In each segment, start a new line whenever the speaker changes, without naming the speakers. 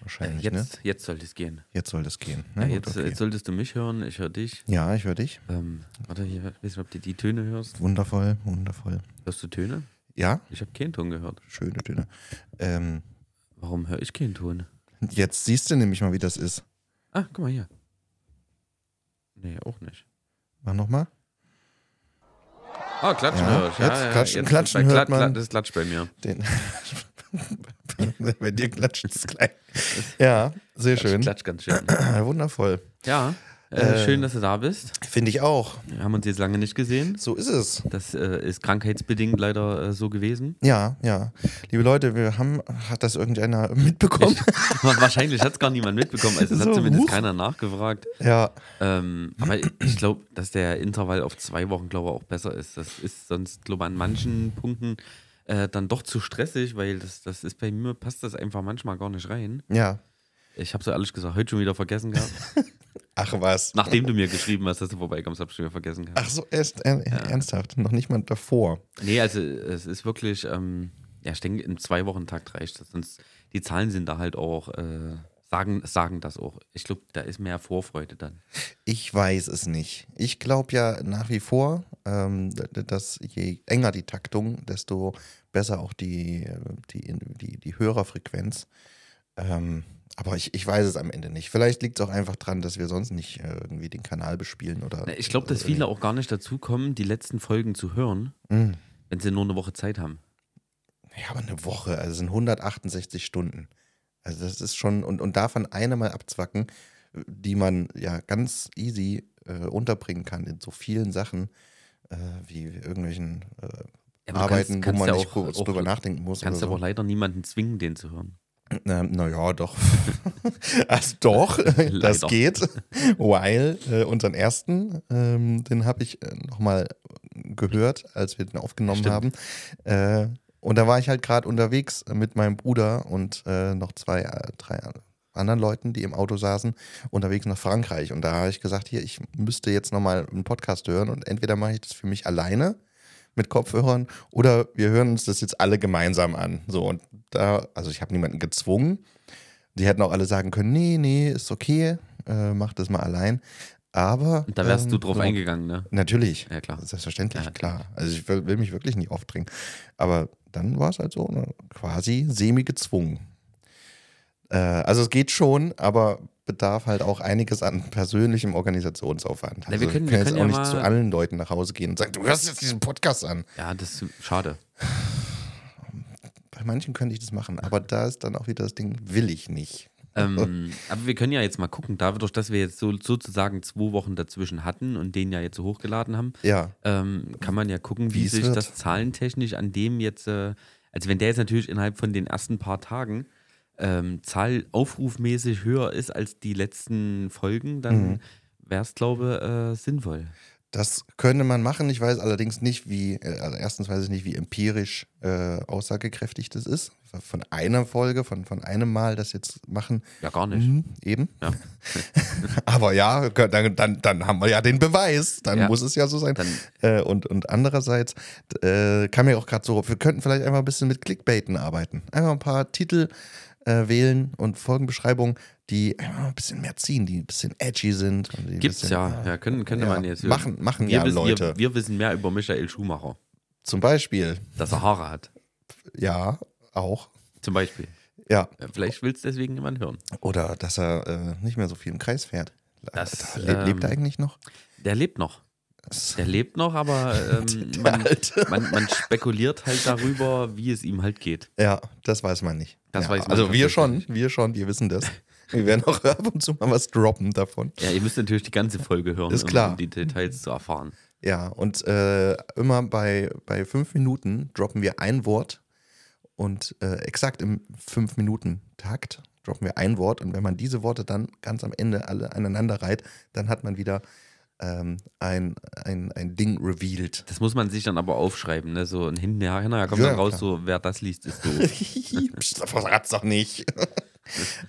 wahrscheinlich.
Äh, jetzt,
ne?
jetzt sollte es gehen.
jetzt soll das gehen.
Ja,
Ne? Gut,
jetzt,
okay.
jetzt solltest du mich hören, ich höre dich.
ja ich höre dich.
Ähm, warte, ich weiß nicht, ob du die Töne hörst.
Wundervoll, wundervoll.
Hörst du Töne?
Ja,
Ich habe keinen Ton gehört.
schöne Töne. Ähm,
Warum höre ich keinen Ton?
jetzt siehst du nämlich mal, wie das ist.
Ah, guck mal hier. Nee, auch nicht.
Mach nochmal.
Ah, klatschen
Ja,
höre ich.
jetzt klatschen- klatschen
bei
hört man.
Das klatscht bei mir.
Den. Bei dir klatscht es gleich. Ja, sehr schön.
Klatscht ganz schön.
Wundervoll.
Ja, äh,
Äh,
schön, dass du da bist.
Finde ich auch.
Wir haben uns jetzt lange nicht gesehen.
So ist es.
Das äh, ist krankheitsbedingt leider äh, so gewesen.
Ja, ja. Liebe Leute, wir haben, hat das irgendeiner mitbekommen?
Wahrscheinlich hat es gar niemand mitbekommen. Also es
So,
hat zumindest
huch.
keiner nachgefragt.
ja,
Ähm, aber ich glaube, dass der Intervall auf zwei Wochen, glaube ich, auch besser ist. Das ist sonst, glaube ich, an manchen Punkten äh, dann doch zu stressig, weil das, das ist bei mir, passt das einfach manchmal gar nicht rein.
ja.
Ich habe so ehrlich gesagt heute schon wieder vergessen gehabt.
Ach was.
Nachdem du mir geschrieben hast, dass du vorbeikommst, habe ich schon wieder vergessen gehabt.
Ach so, erst, äh, ernsthaft. Noch nicht mal davor.
Nee, also es ist wirklich, ähm, ja, ich denke, im zwei Wochen Takt reicht das. Sonst die Zahlen sind da halt auch, äh, sagen, sagen das auch. Ich glaube, da ist mehr Vorfreude dann.
Ich weiß es nicht. Ich glaube ja nach wie vor, ähm, d- d- dass je enger die Taktung, desto besser auch die, äh, die, die, die Hörerfrequenz. Ähm, aber ich, ich weiß es am Ende nicht. Vielleicht liegt es auch einfach dran, dass wir sonst nicht äh, irgendwie den Kanal bespielen oder. äh,
Na, Ich glaube, dass
oder
viele
nicht.
auch gar nicht dazu kommen, die letzten Folgen zu hören,
Mm.
wenn sie nur eine Woche Zeit haben.
Ja, aber eine Woche, also sind 168 Stunden. Also das ist schon, und, und davon eine mal abzwacken, die man ja ganz easy äh, unterbringen kann in so vielen Sachen, äh, wie irgendwelchen äh,
Ja, aber du
Arbeiten,
kannst- kannst
wo man
ja
nicht
auch-
groß
auch-
drüber nachdenken muss.
Kannst
oder
aber
so.
auch leider niemanden zwingen, den zu hören.
Ähm, naja, doch. also doch, das
Leider.
geht. Weil äh, unseren ersten, ähm, den habe ich äh, nochmal gehört, als wir den aufgenommen
Stimmt.
haben. Äh, und da war ich halt gerade unterwegs mit meinem Bruder und äh, noch zwei, äh, drei anderen Leuten, die im Auto saßen, unterwegs nach Frankreich. Und da habe ich gesagt, hier, ich müsste jetzt nochmal einen Podcast hören und entweder mache ich das für mich alleine mit Kopfhörern oder wir hören uns das jetzt alle gemeinsam an. So und da, also ich habe niemanden gezwungen. Die hätten auch alle sagen können, nee, nee, ist okay, äh, mach das mal allein. Aber
Und da wärst
ähm,
du drauf
so,
eingegangen, ne?
Natürlich,
Ja, klar.
selbstverständlich,
Ja,
klar. Also ich will, will mich wirklich nicht aufdrängen. Aber dann war es halt so ne, quasi semi gezwungen. Äh, also es geht schon, aber bedarf halt auch einiges an persönlichem Organisationsaufwand.
Na, wir
Also
können-
ich
wir
kann jetzt
können
auch
ja
nicht zu
mal-
allen Leuten nach Hause gehen und sagen, du hörst jetzt diesen Podcast an.
Ja, das ist schade.
Bei manchen könnte ich das machen, aber da ist dann auch wieder das Ding, will ich nicht.
Ähm, aber wir können ja jetzt mal gucken, dadurch, dass wir jetzt so, sozusagen zwei Wochen dazwischen hatten und den ja jetzt so hochgeladen haben,
Ja,
ähm, kann man ja gucken, wie
Wie es
sich
wird.
das zahlentechnisch an dem jetzt, äh, also wenn der jetzt natürlich innerhalb von den ersten paar Tagen ähm, zahlaufrufmäßig höher ist als die letzten Folgen, dann
Mhm.
wäre es, glaube ich, äh, sinnvoll.
das könnte man machen. Ich weiß allerdings nicht, wie, äh, also erstens weiß ich nicht, wie empirisch äh, aussagekräftig das ist. Von einer Folge, von, von einem Mal das jetzt machen.
Ja, gar nicht.
Mhm, eben.
Ja.
Aber ja, kö- dann, dann, dann haben wir ja den Beweis. Dann
Ja.
muss es ja so sein.
Dann,
Äh, und, und andererseits d- äh, kam mir auch gerade so, wir könnten vielleicht einfach ein bisschen mit Clickbaiten arbeiten. Einfach ein paar Titel äh, wählen und Folgenbeschreibungen, die einfach ein bisschen mehr ziehen, die ein bisschen edgy sind. und die ein
Gibt's
bisschen,
ja.
äh,
Ja, können, könnte
ja,
man jetzt.
Machen, machen
wir
ja
wissen,
Leute.
Wir, wir wissen mehr über Michael Schumacher,
Zum Beispiel,
dass er Haare hat.
ja, auch.
Zum Beispiel.
Ja,
Ja, Vielleicht will es deswegen jemand hören.
oder dass er äh, nicht mehr so viel im Kreis fährt. Äh,
Das,
Le- lebt er
ähm,
eigentlich noch?
Der lebt noch. Der lebt noch, aber ähm,
Der
man,
Alte.
man, man spekuliert halt darüber, wie es ihm halt geht.
Ja, das weiß man nicht.
Das
ja,
weiß man
also wir
tatsächlich
schon, wir schon, wir wissen das. Wir werden auch ab und zu mal was droppen davon.
Ja, ihr müsst natürlich die ganze Folge hören,
Ist
um-
klar.
um die Details zu erfahren.
Ja, und äh, immer bei, bei fünf Minuten droppen wir ein Wort und äh, exakt im fünf Minuten Takt droppen wir ein Wort und wenn man diese Worte dann ganz am Ende alle aneinander reiht, dann hat man wieder ähm, ein, ein, ein Ding revealed.
Das muss man sich dann aber aufschreiben, ne? So und hinten ja, genau, kommt
Ja,
dann raus,
klar.
so wer das liest, ist doof.
Psst, Verrat's doch nicht.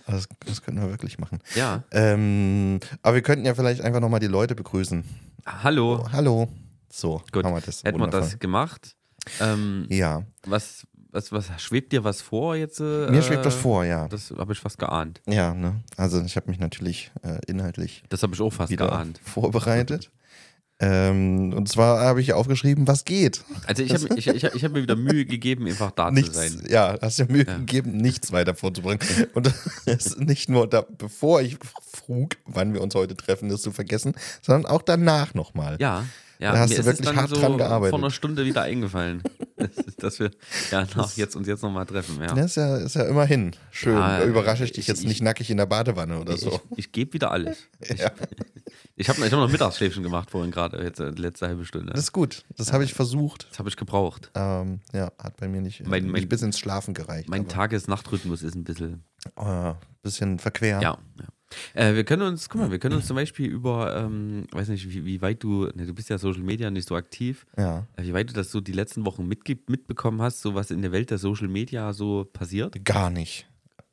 das, das könnten wir wirklich machen.
ja.
Ähm, aber wir könnten ja vielleicht einfach nochmal die Leute begrüßen.
Hallo.
Oh, hallo. So,
Gut.
haben wir das.
Hätten wir
Wundervoll.
das gemacht. Ähm,
Ja.
was was, was schwebt dir was vor jetzt? Äh,
Mir schwebt das vor, ja.
Das habe ich fast geahnt.
Ja, ne? Also ich habe mich natürlich äh, inhaltlich
Das habe ich auch fast
wieder
geahnt.
vorbereitet. Ähm, und zwar habe ich aufgeschrieben, was geht.
Also ich habe ich, ich, ich hab mir wieder Mühe gegeben, einfach da
nichts,
zu sein.
Ja, hast dir Mühe
Ja.
gegeben, nichts weiter vorzubringen. Und es ist nicht nur da, bevor ich frug, wann wir uns heute treffen, das zu vergessen, sondern auch danach nochmal.
Ja, ja.
Da hast
mir
du
ist
wirklich
es dann
hart
so
dran gearbeitet.
Vor einer Stunde wieder eingefallen, dass wir ja, nach, jetzt uns jetzt nochmal treffen. Ja.
Ne, ist ja, ist ja immerhin schön.
Ja,
Überrasche ich dich
ich-
jetzt
ich-
nicht nackig in der Badewanne oder so.
Ich, ich gebe wieder alles. Ich,
Ja.
ich habe ich hab noch Mittagsschläfchen gemacht vorhin gerade, jetzt äh, die letzte halbe Stunde.
Das
Das,
ist gut. Das habe ich versucht.
habe ich gebraucht.
Ähm, ja, hat bei mir nicht, äh,
Mein-
nicht
mein-
bis ins Schlafen gereicht.
Mein
aber,
Tages-Nacht-Rhythmus ist ein bisschen.
Äh, bisschen verquer.
Ja. ja. Äh, wir können uns, guck mal, wir können uns zum Beispiel über, ähm, weiß nicht, wie, wie weit du, ne, du bist ja Social Media nicht so aktiv,
ja.
äh, wie weit du das so die letzten Wochen mitge mitbekommen hast, so was in der Welt der Social Media so passiert.
Gar nicht.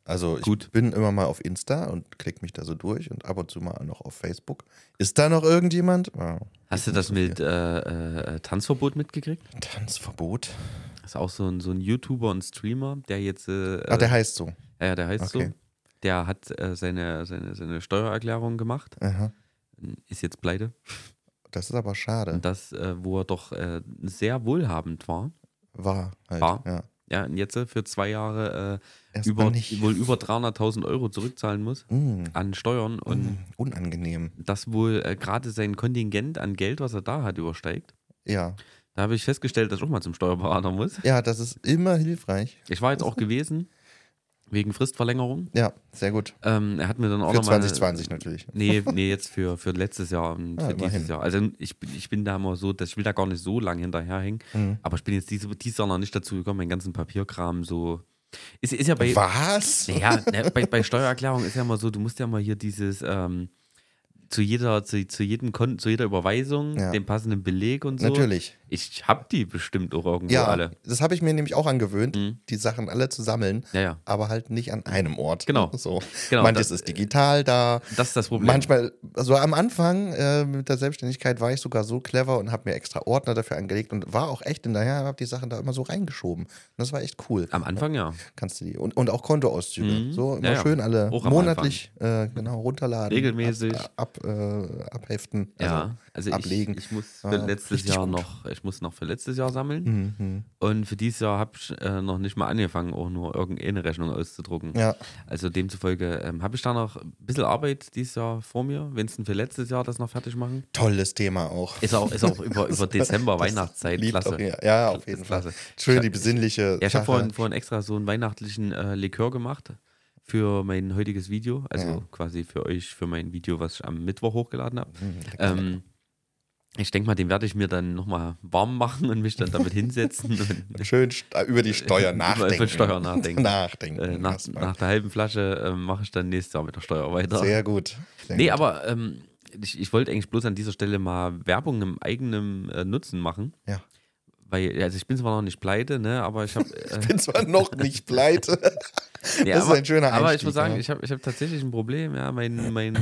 Also ich
Gut.
bin immer mal auf Insta und klicke mich da so durch und ab und zu mal noch auf Facebook. Ist da noch irgendjemand? Ja.
Hast du das mit äh, äh, Tanzverbot mitgekriegt?
Tanzverbot.
Das ist auch so ein, so ein YouTuber und Streamer, der jetzt. Äh,
Ach, Ah, der heißt so.
äh, ja, der heißt
okay.
so. Der hat äh, seine, seine, seine Steuererklärung gemacht,
Aha.
ist jetzt pleite.
Das ist aber schade.
Und das, äh, wo er doch äh, sehr wohlhabend war.
War halt.
War.
Ja.
Ja, und jetzt äh, für zwei Jahre äh,
Erst mal
über,
nicht.
wohl über 300.000 Euro zurückzahlen muss
Mm,
an Steuern und
mm, unangenehm.
das wohl äh, gerade sein Kontingent an Geld, was er da hat, übersteigt.
Ja.
Da habe ich festgestellt, dass ich auch mal zum Steuerberater muss.
Ja, das ist immer hilfreich.
Ich war jetzt auch gewesen, wegen Fristverlängerung.
Ja, sehr gut.
Ähm, er hat mir dann auch
Für
nochmal.
2020 natürlich.
Nee, nee, jetzt für, für letztes Jahr und
Ah,
für
immerhin.
dieses Jahr. Also ich, bin- ich bin da immer so, dass ich will da gar nicht so lange hinterherhängen.
Mhm.
Aber ich bin jetzt diese, dieses Jahr noch nicht dazu gekommen, meinen ganzen Papierkram so. Ist, ist ja bei.
Was?
Naja, ne, bei, bei Steuererklärung ist ja immer so, du musst ja mal hier dieses ähm, zu jeder, zu, zu jedem Konten, zu jeder Überweisung,
Ja.
den passenden Beleg und so.
Natürlich.
Ich hab die bestimmt auch irgendwo
Ja,
alle.
das habe ich mir nämlich auch angewöhnt,
Mhm.
die Sachen alle zu sammeln,
Ja, ja.
aber halt nicht an einem Ort.
Genau.
So.
Genau,
Manches
das-
ist digital da.
Das ist das Problem.
Manchmal, also am Anfang äh, mit der Selbstständigkeit war ich sogar so clever und habe mir extra Ordner dafür angelegt und war auch echt hinterher, habe die Sachen da immer so reingeschoben. Und das war echt cool.
Am Anfang ja.
Kannst du die und, und auch Kontoauszüge.
Mhm.
So immer
Ja, ja.
schön alle
Auch am
monatlich äh, genau runterladen,
Regelmäßig.
ab, ab, äh, abheften,
Ja, also ich,
ablegen.
ich muss
Ja,
für letztes
richtig
Jahr
gut.
noch, ich muss noch für letztes Jahr sammeln.
Mhm.
Und für dieses Jahr habe ich äh, noch nicht mal angefangen, auch nur irgendeine Rechnung auszudrucken.
Ja,
Also demzufolge ähm, habe ich da noch ein bisschen Arbeit dieses Jahr vor mir, wenigstens für letztes Jahr das noch fertig machen.
tolles Thema auch.
Ist auch, ist auch über, über Dezember,
Das
Weihnachtszeit,
liebt
klasse.
Auch, ja, ja, auf
Ist
jeden Fall.
klasse.
Schön
Ich-
die besinnliche.
Ja, ich habe
Sache.
vorhin, vorhin extra so einen weihnachtlichen äh, Likör gemacht für mein heutiges Video. Also
Ja.
quasi für euch, für mein Video, was ich am Mittwoch hochgeladen habe. Ähm, ich denke mal, den werde ich mir dann nochmal warm machen und mich dann damit hinsetzen und
Schön st- äh, über die Steuer
Über-
nachdenken.
über Steuer nachdenken.
nachdenken.
äh, nach,
erstmal.
nach der halben Flasche ähm, mache ich dann nächstes Jahr mit der Steuer weiter.
Sehr gut. Sehr
nee,
gut.
aber ähm, ich, ich wollte eigentlich bloß an dieser Stelle mal Werbung im eigenen äh, Nutzen machen.
Ja.
Weil, also ich bin zwar noch nicht pleite, ne, aber ich habe. Äh,
Bin zwar noch nicht pleite.
nee,
das ist
aber,
ein schöner
Aber ich
Einstieg,
muss sagen,
ja.
ich habe ich hab tatsächlich ein Problem. Ja, mein mein,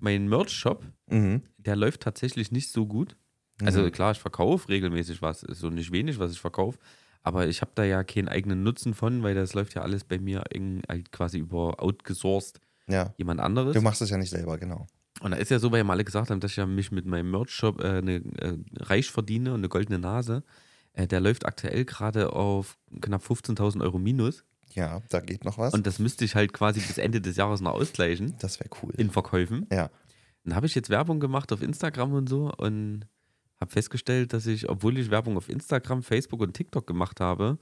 mein Merch-Shop,
mhm.
der läuft tatsächlich nicht so gut. Also
Mhm.
klar, ich verkaufe regelmäßig was, ist so nicht wenig, was ich verkaufe, aber ich habe da ja keinen eigenen Nutzen von, weil das läuft ja alles bei mir in, halt quasi über outgesourced
Ja.
jemand anderes.
Du machst es ja nicht selber, genau.
Und da ist ja so, weil ja mal alle gesagt haben, dass ich ja mich mit meinem Merch-Shop äh, eine, äh, reich verdiene und eine goldene Nase. Äh, der läuft aktuell gerade auf knapp 15.000 Euro minus.
Ja, da geht noch was.
Und das müsste ich halt quasi bis Ende des Jahres noch ausgleichen
das wäre cool.
in Verkäufen.
ja.
Dann habe ich jetzt Werbung gemacht auf Instagram und so und habe festgestellt, dass ich, obwohl ich Werbung auf Instagram, Facebook und TikTok gemacht habe,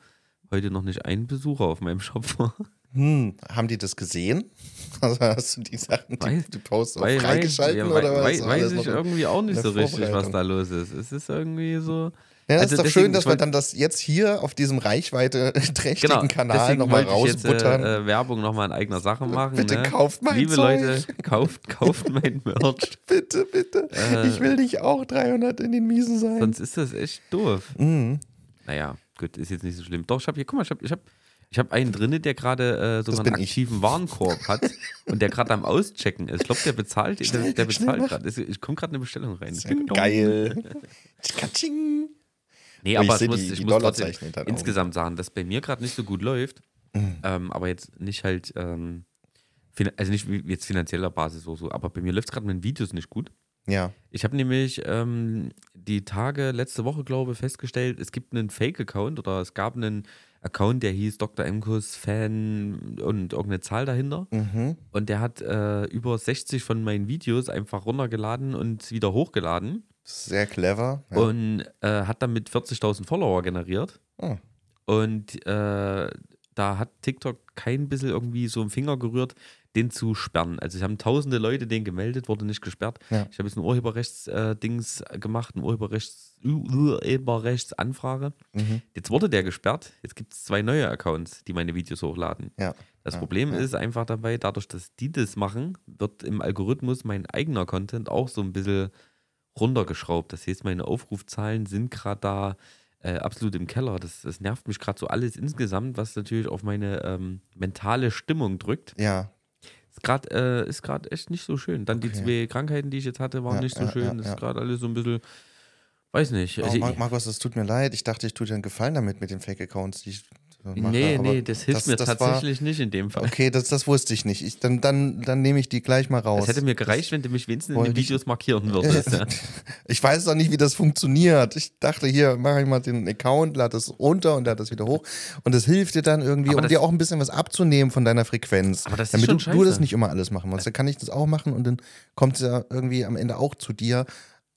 heute noch nicht einen Besucher auf meinem Shop war.
Hm, haben die das gesehen? Also hast du die Sachen, die
Weiß-
du postest, auch
Weil- weil-
freigeschalten
ja,
oder
weil-
was?
Weiß, weiß
Alles
ich
noch-
irgendwie auch nicht
in
so
der
richtig, was
Vorbereitung.
da los ist. Es ist irgendwie so.
Ja, das
Also
ist doch
deswegen,
schön, dass
ich
wir
wollt- Genau,
dann das jetzt hier auf diesem reichweite-trächtigen Kanal
deswegen
nochmal
wollte ich jetzt,
rausbuttern.
Äh, äh, Werbung nochmal in eigener Sache machen.
Bitte
ne?
kauft mein
Liebe
Zeug.
Leute, kauft, kauft mein Merch.
bitte, bitte.
Äh,
ich will nicht auch 300 in den Miesen sein.
Sonst ist das echt doof.
Mhm.
Naja, gut, ist jetzt nicht so schlimm. Doch, ich habe hier, guck mal, ich habe ich hab, ich hab einen drinne, der gerade äh, sogar einen
bin ich.
aktiven Warenkorb hat und der gerade am Auschecken ist. Ich glaube, der bezahlt, der, der Genau. bezahlt gerade. Es- Ich komme gerade eine Bestellung rein.
Geil. Katsching.
Nee,
Und Oh, ich
aber
seh
ich muss,
die-
ich
die
muss trotzdem
Dollarzeichen in deinen Augen.
insgesamt sagen, dass bei mir gerade nicht so gut läuft,
Mhm.
ähm, aber jetzt nicht halt, ähm, fin- also nicht wie- jetzt finanzieller Basis so, so aber bei mir läuft es gerade mit den Videos nicht gut.
Ja.
Ich habe nämlich ähm, die Tage letzte Woche, glaube ich, festgestellt, es gibt einen Fake-Account oder es gab einen Account, der hieß Dr. Emkus Fan und irgendeine Zahl dahinter.
Mhm.
Und der hat äh, über 60 von meinen Videos einfach runtergeladen und wieder hochgeladen
Sehr clever. Ja.
und äh, hat damit 40.000 Follower generiert.
Ah.
Und äh, da hat TikTok kein bisschen irgendwie so einen Finger gerührt, den zu sperren. Also es haben tausende Leute den gemeldet, wurde nicht gesperrt.
Ja.
Ich habe jetzt ein Urheberrechts-Dings gemacht, eine Urheberrechts Urheberrechtsanfrage.
Mhm.
Jetzt wurde der gesperrt. Jetzt gibt es zwei neue Accounts, die meine Videos hochladen.
ja.
Das
Ja,
Problem
ja.
ist einfach dabei, dadurch, dass die das machen, wird im Algorithmus mein eigener Content auch so ein bisschen runtergeschraubt. Das heißt, meine Aufrufzahlen sind gerade da äh, absolut im Keller. Das, das nervt mich gerade so alles insgesamt, was natürlich auf meine ähm, mentale Stimmung drückt.
Ja.
Ist grad, äh, Ist gerade echt nicht so schön. Dann die
Okay.
zwei Krankheiten, die ich jetzt hatte, waren
Ja,
nicht so
ja,
schön.
ja,
das
ja.
ist gerade alles so ein bisschen, weiß nicht.
Oh,
Also,
Mar Markus, es tut mir leid. Ich dachte, ich tue dir einen Gefallen damit mit den Fake-Accounts, die ich äh, mache.
nee,
aber
nee, das hilft mir
das war-
tatsächlich nicht in dem Fall.
Okay, das, das wusste ich nicht. Ich, dann dann, dann nehme ich die gleich mal raus.
Es hätte mir gereicht, wenn du mich wenigstens in
wollte
den
ich-
Videos markieren würdest. ja.
Ich weiß doch nicht, wie das funktioniert. Ich dachte, hier mache ich mal den Account, lade das runter und lade das wieder hoch. Und das hilft dir dann irgendwie,
Aber
um
das-
dir auch ein bisschen was abzunehmen von deiner Frequenz.
Aber das ist
damit
schon
du, du das
scheiße.
nicht immer alles machen musst. Dann kann ich das auch machen und dann kommt es ja irgendwie am Ende auch zu dir.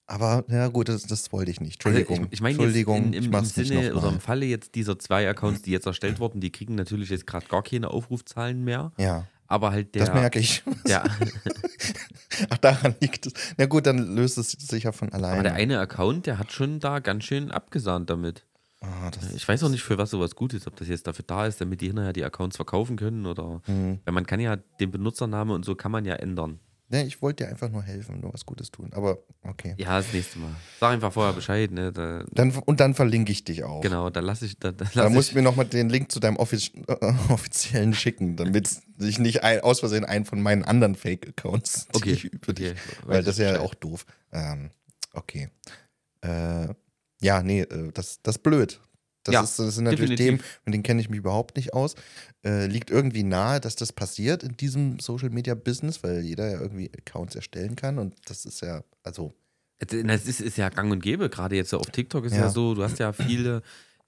Aber na gut, das, das wollte ich nicht.
Also
Entschuldigung.
Ich, ich meine, jetzt
Entschuldigung,
in, im,
ich
im
mach's nicht
Sinne
noch
oder
mal.
im Falle jetzt dieser zwei Accounts, die jetzt erstellt wurden, die kriegen natürlich jetzt gerade gar keine Aufrufzahlen mehr.
Ja,
Aber halt der.
das merke ich.
Der,
Ach, daran liegt es. Na gut, dann löst es sich ja von alleine.
aber der eine Account, der hat schon da ganz schön abgesahnt damit.
Ah, das
Ich weiß auch nicht, für was sowas gut ist, ob das jetzt dafür da ist, damit die hinterher die Accounts verkaufen können oder.
Mhm.
Weil man kann ja den Benutzername und so kann man ja ändern.
Nee, ne, ich wollte dir einfach nur helfen, nur was Gutes tun. Aber okay.
Ja, das nächste Mal. Sag einfach vorher Bescheid, ne? Da,
Dann, und dann verlinke ich dich auch.
genau, da lasse ich. Da, da
Dann
lass
musst
ich
du mir nochmal den Link zu deinem offiz äh, offiziellen schicken, damit ich nicht ein, aus Versehen einen von meinen anderen Fake-Accounts die
Okay,
ich über
okay,
dich.
weiß
Weil das
ich
ist ja
Bescheid.
auch doof. Ähm, okay. Äh, ja, nee, äh, das, das ist blöd. Das,
Ja,
ist, das sind natürlich
definitiv.
Themen, mit denen kenne ich mich überhaupt nicht aus. Äh, liegt irgendwie nahe, dass das passiert in diesem Social-Media-Business, weil jeder ja irgendwie Accounts erstellen kann und das ist ja, also
Das ist, ist ja gang und gäbe, gerade jetzt so auf TikTok ist ja.
Ja.
so, du hast ja viele,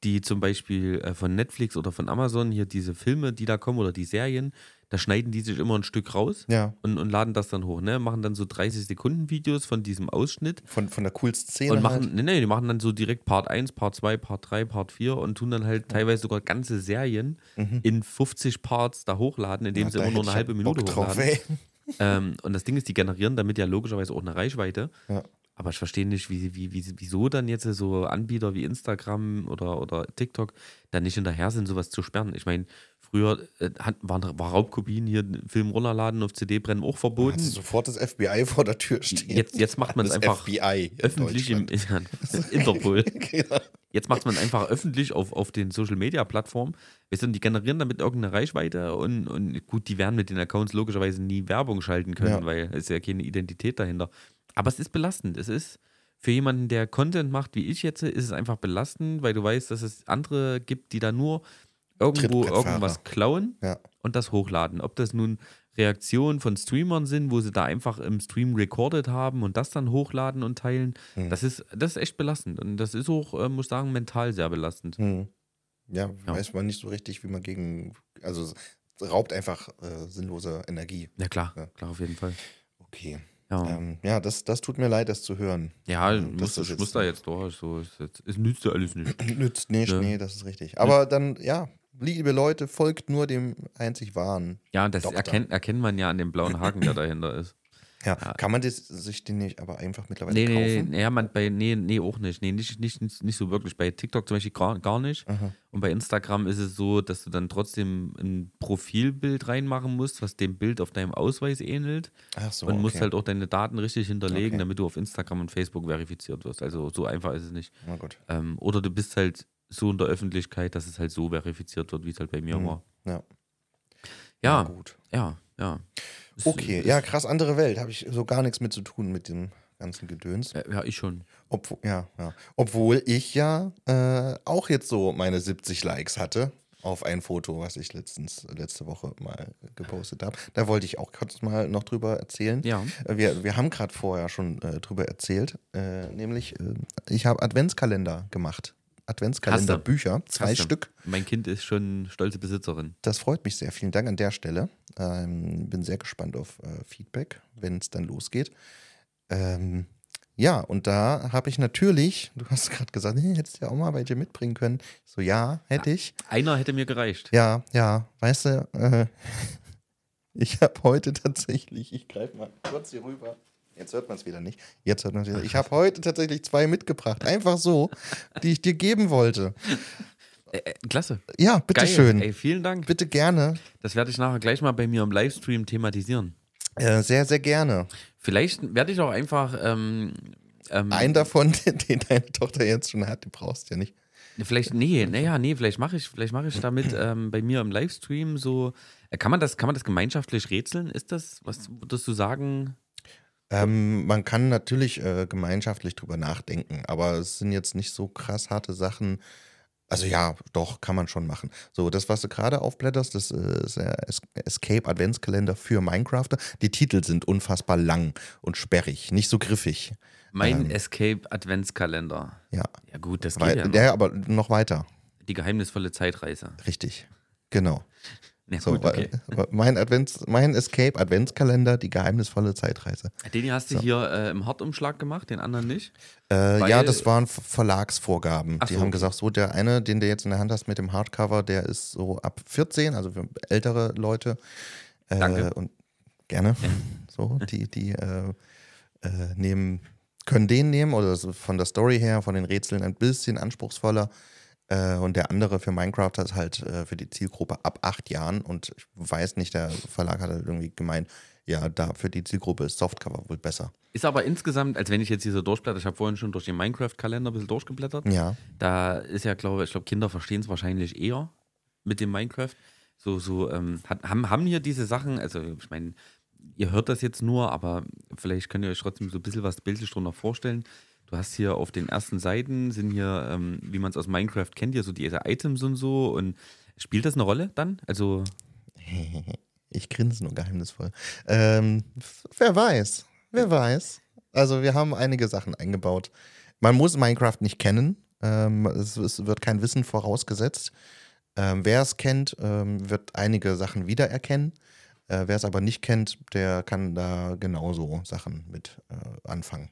die zum Beispiel äh, von Netflix oder von Amazon hier diese Filme, die da kommen oder die Serien, da schneiden die sich immer ein Stück raus
ja,
und, und laden das dann hoch, ne? Machen dann so 30 Sekunden Videos von diesem Ausschnitt
von, von der coolsten Szene.
und machen,
halt.
nee, nee, die machen dann so direkt Part 1, Part 2, Part 3, Part 4 und tun dann halt teilweise sogar ganze Serien in 50 Parts da hochladen,
Mhm.
indem
Ja,
sie
da
immer nur
hätte ich
eine halbe
ja
Minute
Bock drauf,
hochladen.
ey.
Ähm, und das Ding ist, die generieren damit ja logischerweise auch eine Reichweite.
Ja.
Aber ich verstehe nicht, wie, wie, wie, wieso dann jetzt so Anbieter wie Instagram oder, oder TikTok da nicht hinterher sind, sowas zu sperren. Ich meine, früher äh, hat- waren war Raubkopien hier, Film runterladen, auf CD brennen auch verboten.
Hat sofort das FBI vor der Tür stehen.
Jetzt, jetzt macht man es
das
einfach
FBI in
öffentlich im
Deutschland.
Interpol.
Genau.
Jetzt macht man einfach öffentlich auf, auf den Social Media Plattformen. Weißt du, und die generieren damit irgendeine Reichweite und, und gut, die werden mit den Accounts logischerweise nie Werbung schalten können,
Ja.
weil es ist ja keine Identität dahinter. Aber es ist belastend. Es ist für jemanden, der Content macht, wie ich jetzt, ist es einfach belastend, weil du weißt, dass es andere gibt, die da nur irgendwo
Trittbrettfahrer.
irgendwas klauen
Ja.
und das hochladen. Ob das nun Reaktionen von Streamern sind, wo sie da einfach im Stream recorded haben und das dann hochladen und teilen, das, ist, das ist echt belastend. Und das ist auch, äh, muss sagen, mental sehr belastend.
Hm. ja,
Ja.
weiß man nicht so richtig, wie man gegen. Also es raubt einfach äh, sinnlose Energie.
Ja, klar,
Ja.
klar, auf jeden Fall.
Okay.
Ja,
Ähm, ja, das, das tut mir leid, das zu hören.
ja ich
das ist
muss, ich
jetzt-
muss da jetzt durch. So, ist jetzt, es nützt ja alles nicht.
Nützt nicht,
Ja.
nee, das ist richtig. Aber dann, ja, liebe Leute, folgt nur dem einzig Wahren.
Ja, das
Doktor.
erkennt, erkennt man ja an dem blauen Haken, der dahinter ist.
Ja, kann man das, sich den nicht aber einfach mittlerweile
Nee, nee,
kaufen?
nee, ja, man, bei, nee, nee, auch nicht. Nee, nicht, nicht, nicht, nicht so wirklich. Bei TikTok zum Beispiel gar, gar nicht. Und bei Instagram ist es so, dass du dann trotzdem ein Profilbild reinmachen musst, was dem Bild auf deinem Ausweis ähnelt.
Ach so,
und
okay.
musst halt auch deine Daten richtig hinterlegen,
Okay.
damit du auf Instagram und Facebook verifiziert wirst. Also so einfach ist es nicht.
Na gut.
Ähm, oder du bist halt so in der Öffentlichkeit, dass es halt so verifiziert wird, wie es halt bei mir war.
Ja,
Ja,
Hm. gut.
ja, äh, ja. Ist-
Okay, ja, krass, andere Welt. Habe ich so gar nichts mit zu tun mit dem ganzen Gedöns.
Äh, ja, ich schon.
Obwohl, ja, ja. Obwohl ich ja äh, auch jetzt so meine 70 Likes hatte auf ein Foto, was ich letztens, letzte Woche mal gepostet habe. Da wollte ich auch kurz mal noch drüber erzählen.
Ja.
Äh, Wir, wir haben gerade vorher schon äh, drüber erzählt, äh, nämlich äh, ich habe Adventskalender gemacht. Adventskalenderbücher, zwei
Hast du.
Stück.
Mein Kind ist schon stolze Besitzerin.
Das freut mich sehr. Vielen Dank an der Stelle. Ähm, bin sehr gespannt auf äh, Feedback, wenn es dann losgeht. Ähm, ja, und da habe ich natürlich, du hast gerade gesagt, hey, hättest du ja auch mal welche mitbringen können. Ich So, ja, hätte ich.
Einer hätte mir gereicht.
Ja, ja, weißt du, äh, ich habe heute tatsächlich, ich greife mal kurz hier rüber. Jetzt hört man es wieder nicht. Jetzt hört man es wieder. Ich habe heute tatsächlich zwei mitgebracht, einfach so, die ich dir geben wollte.
Äh, äh, klasse.
Ja, bitteschön.
Ey, vielen Dank.
Bitte gerne.
Das werde ich nachher gleich mal bei mir im Livestream thematisieren.
Äh, sehr, sehr gerne.
Vielleicht werde ich auch einfach. Ähm, ähm,
Einen davon, den, den deine Tochter jetzt schon hat, die brauchst du ja nicht.
Vielleicht, nee, naja, nee, vielleicht mache ich, vielleicht mache ich damit ähm, bei mir im Livestream so. Äh, Kann man das, kann man das gemeinschaftlich rätseln? Ist das, was würdest du sagen?
Ähm, man kann natürlich äh, gemeinschaftlich drüber nachdenken, aber es sind jetzt nicht so krass harte Sachen. Also ja, doch, kann man schon machen. So, das, was du gerade aufblätterst, das äh, ist der Es- Escape Adventskalender für Minecrafter. Die Titel sind unfassbar lang und sperrig, nicht so griffig.
Mein
Ähm.
Escape Adventskalender.
Ja,
Ja, gut, das geht
Weil,
ja. noch.
der aber noch weiter,
Die geheimnisvolle Zeitreise.
richtig. Genau.
Ja,
So,
gut, okay.
weil- mein, Advents, mein Escape Adventskalender, die geheimnisvolle Zeitreise.
Den hast du hier äh, im Hartumschlag gemacht, den anderen nicht.
Äh,
Weil-
ja, das waren Ver- Verlagsvorgaben.
Ach
die
so,
haben
okay.
gesagt, so der eine, den du jetzt in der Hand hast mit dem Hardcover, der ist so ab 14, also für ältere Leute. Äh,
Danke.
Und gerne. So, die, die äh, äh, nehmen, können den nehmen oder so von der Story her, von den Rätseln ein bisschen anspruchsvoller. Äh, und der andere für Minecraft ist halt äh, für die Zielgruppe ab acht Jahren. Und ich weiß nicht, der Verlag hat halt irgendwie gemeint, ja, da für die Zielgruppe ist Softcover wohl besser.
Ist aber insgesamt, als wenn ich jetzt hier so durchblätter, ich habe vorhin schon durch den Minecraft-Kalender ein bisschen durchgeblättert.
Ja.
Da ist ja, glaube ich, glaube Kinder verstehen es wahrscheinlich eher mit dem Minecraft. So, so ähm, hat, haben, haben hier diese Sachen, also ich meine, ihr hört das jetzt nur, aber vielleicht könnt ihr euch trotzdem so ein bisschen was bildlich drunter vorstellen. Du hast hier auf den ersten Seiten sind hier, ähm, wie man es aus Minecraft kennt, hier so diese Items und so. Und spielt das eine Rolle dann? Also
Ich grinse nur geheimnisvoll. Ähm, f- wer weiß, wer weiß. Also wir haben einige Sachen eingebaut. Man muss Minecraft nicht kennen. Ähm, es, es wird kein Wissen vorausgesetzt. Ähm, wer es kennt, ähm, wird einige Sachen wiedererkennen. Äh, wer es aber nicht kennt, der kann da genauso Sachen mit äh, anfangen.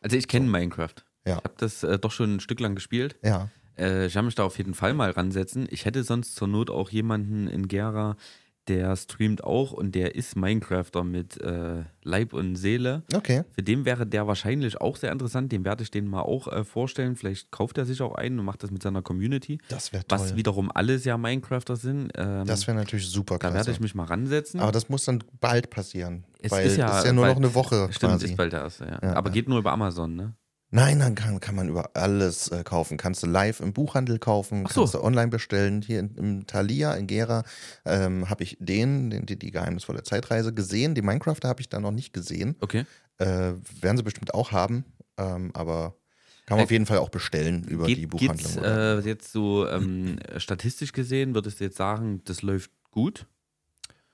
Also ich kenne Minecraft.
Ja.
Ich habe das äh, doch schon ein Stück lang gespielt.
Ja,
Äh, ich habe mich da auf jeden Fall mal ransetzen. Ich hätte sonst zur Not auch jemanden in Gera, der streamt auch und der ist Minecrafter mit äh, Leib und Seele.
okay.
Für den wäre der wahrscheinlich auch sehr interessant. Dem werde ich den mal auch äh, vorstellen. Vielleicht kauft er sich auch einen und macht das mit seiner Community.
Das wäre
Was
toll.
wiederum alles ja Minecrafter sind. Ähm,
Das wäre natürlich super
da werde
klasse.
ich mich mal ransetzen.
Aber das muss dann bald passieren.
Es
weil
ist ja
das ist ja nur noch
bald-
eine Woche
Stimmt,
quasi.
ist bald der erste, ja.
Ja,
Aber
ja.
geht nur über Amazon, ne?
Nein, dann kann, kann man über alles äh, kaufen. Kannst du live im Buchhandel kaufen,
Ach so.
kannst du online bestellen. Hier in, im Thalia, in Gera, ähm, habe ich den, den, die, die geheimnisvolle Zeitreise gesehen. Die Minecrafter habe ich da noch nicht gesehen.
Okay.
Äh, werden sie bestimmt auch haben, ähm, aber kann man
Äh,
auf jeden Fall auch bestellen über die Buchhandlung.
Geht's,
oder?
äh, jetzt so ähm, statistisch gesehen, würdest du jetzt sagen, das läuft gut?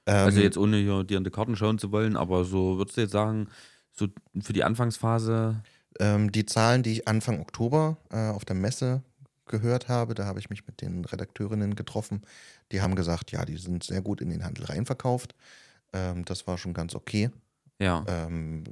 ähm,
also jetzt ohne hier dir in die Karten schauen zu wollen, aber so würdest du jetzt sagen, so für die Anfangsphase,
ähm, die Zahlen, die ich Anfang Oktober äh, auf der Messe gehört habe, da habe ich mich mit den Redakteurinnen getroffen. Die haben gesagt, ja, die sind sehr gut in den Handel reinverkauft. Ähm, das war schon ganz okay.
ja.
Ähm,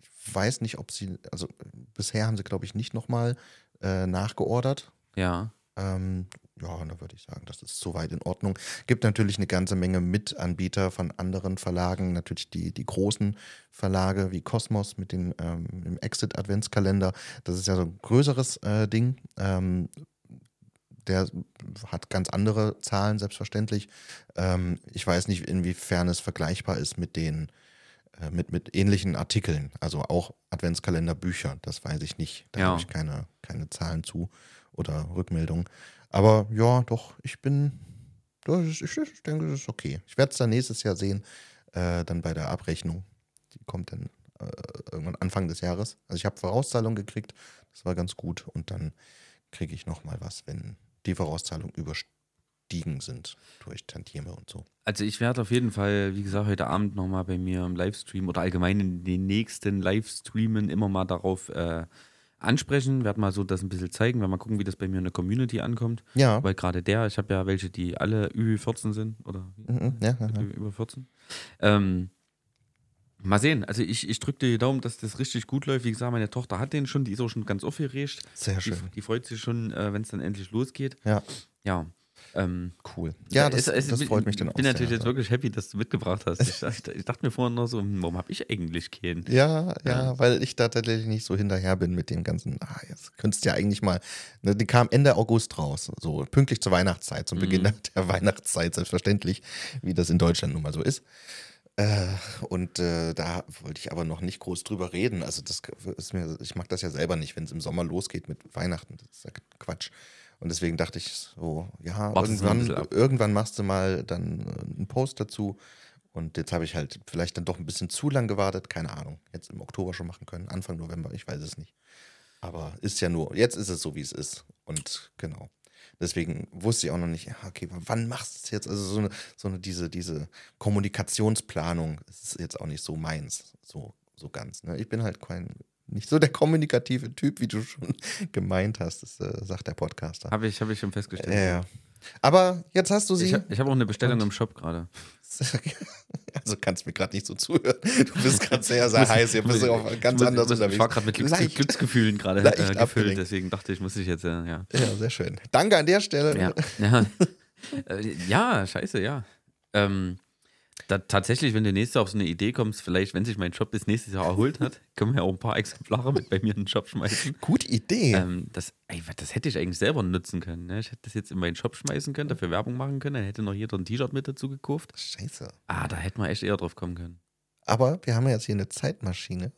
ich weiß nicht, ob sie, also äh, bisher haben sie, glaube ich, nicht nochmal äh, nachgeordert.
ja.
Ähm, ja, da würde ich sagen, das ist soweit in Ordnung. Gibt natürlich eine ganze Menge Mitanbieter von anderen Verlagen, natürlich die, die großen Verlage wie Cosmos mit den, ähm, dem Exit Adventskalender. Das ist ja so ein größeres äh, Ding. Ähm, der hat ganz andere Zahlen, selbstverständlich. Ähm, ich weiß nicht, inwiefern es vergleichbar ist mit den äh, mit, mit ähnlichen Artikeln, also auch Adventskalenderbücher, das weiß ich nicht. Da
Ja.
habe ich keine, keine Zahlen zu oder Rückmeldungen. Aber ja, doch, ich bin. Das ist, ich, ich denke, das ist okay. Ich werde es dann nächstes Jahr sehen, äh, dann bei der Abrechnung. Die kommt dann äh, irgendwann Anfang des Jahres. Also ich habe Vorauszahlung gekriegt, das war ganz gut und dann kriege ich nochmal was, wenn die Vorauszahlung überstiegen sind durch Tantieme und so.
Also ich werde auf jeden Fall, wie gesagt, heute Abend nochmal bei mir im Livestream oder allgemein in den nächsten Livestreamen immer mal darauf äh, ansprechen, werde mal so das ein bisschen zeigen, werde mal gucken, wie das bei mir in der Community ankommt.
Ja.
Weil gerade der, ich habe ja welche, die alle Ü14 sind oder
Mhm, ja, ja, ja.
Ü- über 14. Ähm, mal sehen, also ich, ich drücke dir die Daumen, dass das richtig gut läuft. Wie gesagt, meine Tochter hat den schon, die ist auch schon ganz aufgeregt.
Sehr
Die,
schön.
die freut sich schon, äh, wenn es dann endlich losgeht.
Ja,
Ja. Ähm,
cool. Ja, das,
es- es-
das freut mich dann auch.
Ich bin
sehr,
natürlich jetzt
ja.
wirklich happy, dass du mitgebracht hast. Ich, dachte- ich dachte mir vorhin noch so, hm, warum habe ich eigentlich keinen?
Ja, ja,
Ja.
weil ich da tatsächlich nicht so hinterher bin mit dem ganzen. Ah, jetzt könntest du ja eigentlich mal. Ne, die kam Ende August raus, so pünktlich zur Weihnachtszeit, zum Beginn der Weihnachtszeit, selbstverständlich, wie das in Deutschland nun mal so ist. Äh, und äh, da wollte ich aber noch nicht groß drüber reden. Also, das ist mir, ich mag das ja selber nicht, wenn es im Sommer losgeht mit Weihnachten. Das ist ja Quatsch. Und deswegen dachte ich so, ja,
Wartest du noch
irgendwann,
ein bisschen ab.
irgendwann machst du mal dann äh, einen Post dazu. Und jetzt habe ich halt vielleicht dann doch ein bisschen zu lang gewartet, keine Ahnung. Jetzt im Oktober schon machen können, Anfang November, ich weiß es nicht. Aber ist ja nur, jetzt ist es so, wie es ist. Und genau. Deswegen wusste ich auch noch nicht, ja, okay, wann machst du es jetzt? Also so eine, so eine diese, diese Kommunikationsplanung ist jetzt auch nicht so meins, so, so ganz. Ne? Ich bin halt kein, nicht so der kommunikative Typ, wie du schon gemeint hast, das äh, sagt der Podcaster.
Habe ich, hab ich schon festgestellt.
ja, ja. Ähm, Aber jetzt hast du sie.
Ich, hab- ich habe auch eine Bestellung im Shop gerade.
Also kannst mir gerade nicht so zuhören. Du bist gerade sehr, sehr heiß. Hier bist du auch
Ich
ganz
muss-
anders
ich muss-
unterwegs.
Ich war gerade mit Glücks
Leicht.
Glücksgefühlen gerade
Leicht
äh, gefüllt,
abgelenkt.
deswegen dachte ich, muss ich jetzt, äh, ja.
Ja, sehr schön. Danke an der Stelle.
Ja, ja. Äh, ja scheiße, ja. Ähm, da, tatsächlich, wenn du nächstes Jahr auf so eine Idee kommst, vielleicht, wenn sich mein Shop bis nächstes Jahr erholt hat, können wir ja auch ein paar Exemplare mit bei mir in den Shop schmeißen.
Gute Idee.
Ähm, das, ey, was- das hätte ich eigentlich selber nutzen können. Ne? Ich hätte das jetzt in meinen Shop schmeißen können, dafür Werbung machen können, dann hätte noch jeder ein T-Shirt mit dazu gekauft.
Scheiße.
Ah, da hätten wir echt eher drauf kommen können.
Aber wir haben ja jetzt hier eine Zeitmaschine.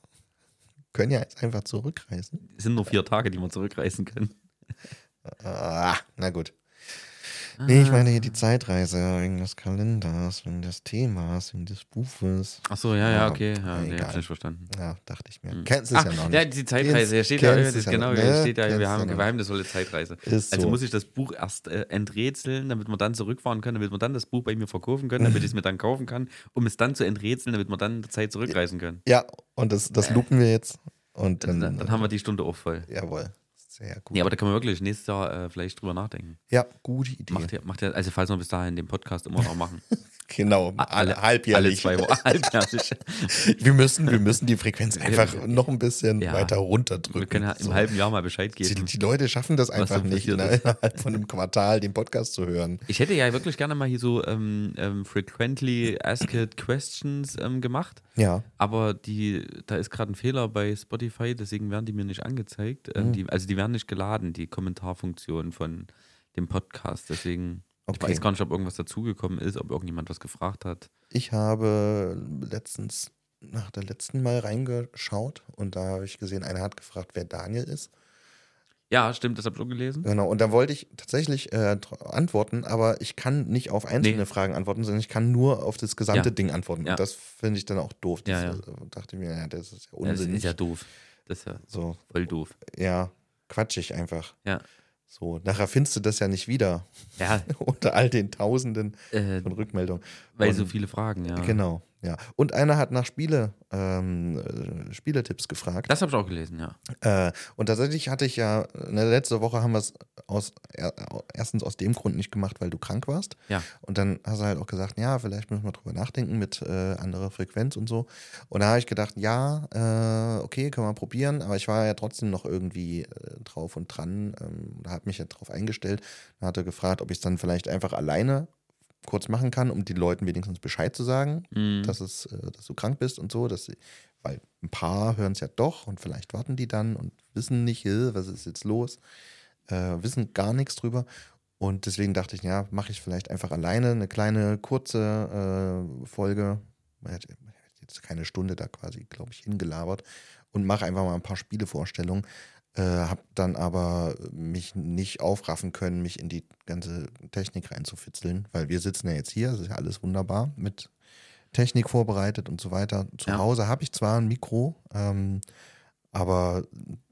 Können ja jetzt einfach zurückreisen.
Es sind nur vier Tage, die wir zurückreisen können.
Ah, na gut. Nee, ich meine hier
Ah.
die Zeitreise wegen des Kalenders, wegen des Themas, wegen des Buches.
Ach so, ja, ja,
Ja,
okay. Ja, nee,
egal.
hab's nicht verstanden.
Ja, dachte ich mir. Kennst du es
Ah,
ja noch nicht.
ja, die Zeitreise, ja, steht ja,
kennst es ja
genau,
noch,
ja,
ne?
steht ja,
Kennst
wir
es
haben
ja noch.
geheimnisvolle Zeitreise.
Ist
Also
so.
muss ich das Buch erst äh, enträtseln, damit wir dann zurückfahren können, damit wir dann das Buch bei mir verkaufen können, damit ich es mir dann kaufen kann, um es dann zu enträtseln, damit wir dann in der Zeit zurückreisen können.
Ja, und das, das lupen wir jetzt. Und
Äh. Dann,
dann,
dann, haben wir die Stunde auch voll.
Jawohl. Sehr gut.
Nee, aber da können wir wirklich nächstes Jahr äh, vielleicht drüber nachdenken.
Ja, gute Idee.
Macht ihr, macht ihr, also falls wir bis dahin den Podcast immer noch machen.
Genau, alle,
Alle
halbjährlich.
zwei Wochen. Halbjährlich.
wir, müssen, wir müssen die Frequenz einfach noch ein bisschen
Ja.
weiter runterdrücken.
Wir können halt ja im
So.
halben Jahr mal Bescheid
die,
geben.
die Leute schaffen das einfach
denn
nicht,
passiert
ne,
ist.
innerhalb von einem Quartal den Podcast zu hören.
Ich hätte ja wirklich gerne mal hier so ähm, ähm, Frequently Asked Questions ähm, gemacht.
Ja.
Aber die, da ist gerade ein Fehler bei Spotify, deswegen werden die mir nicht angezeigt.
Hm.
Ähm, die, also die werden nicht geladen, die Kommentarfunktion von dem Podcast. Deswegen, ich
Okay.
weiß gar nicht, ob irgendwas dazugekommen ist, ob irgendjemand was gefragt hat.
Ich habe letztens, nach der letzten Mal reingeschaut und da habe ich gesehen, einer hat gefragt, wer Daniel ist.
Ja, stimmt, das habe ich auch gelesen.
Genau, und da wollte ich tatsächlich äh, tr- antworten, aber ich kann nicht auf einzelne
Nee.
Fragen antworten, sondern ich kann nur auf das gesamte
Ja.
Ding antworten.
Ja.
Und das finde ich dann auch doof. Das,
Ja, ja.
äh, dachte mir, ja, das ist ja
Das
unsinnig.
ist ja doof. Das ist ja
so,
voll doof.
ja, quatschig einfach.
Ja.
So, nachher findest du das ja nicht wieder
Ja,
unter all den Tausenden
äh,
von Rückmeldungen.
weil
Und-
so viele Fragen, ja.
Genau, ja. Und einer hat nach Spiele, ähm, äh, Spieletipps gefragt.
Das habe ich auch gelesen, ja.
Äh, und tatsächlich hatte ich ja, ne, letzte Woche haben wir es aus, er, erstens aus dem Grund nicht gemacht, weil du krank warst.
Ja.
Und dann hast du halt auch gesagt, ja, vielleicht müssen wir drüber nachdenken mit äh, anderer Frequenz und so. Und da habe ich gedacht, ja, äh, okay, können wir probieren. Aber ich war ja trotzdem noch irgendwie äh, drauf und dran. Ähm, da habe mich ja drauf eingestellt. Da hat er gefragt, ob ich es dann vielleicht einfach alleine kurz machen kann, um den Leuten wenigstens Bescheid zu sagen,
Mhm.
dass, es, äh, dass du krank bist und so, dass sie, weil ein paar hören es ja doch und vielleicht warten die dann und wissen nicht, äh, was ist jetzt los, äh, wissen gar nichts drüber. Und deswegen dachte ich, ja, mache ich vielleicht einfach alleine eine kleine, kurze äh, Folge. Man hat man hat jetzt keine Stunde da quasi, glaube ich, hingelabert und mache einfach mal ein paar Spielevorstellungen. Äh, habe dann aber mich nicht aufraffen können, mich in die ganze Technik reinzufitzeln, weil wir sitzen ja jetzt hier, es ist ja alles wunderbar mit Technik vorbereitet und so weiter. Zu
Ja.
Hause habe ich zwar ein Mikro, ähm, aber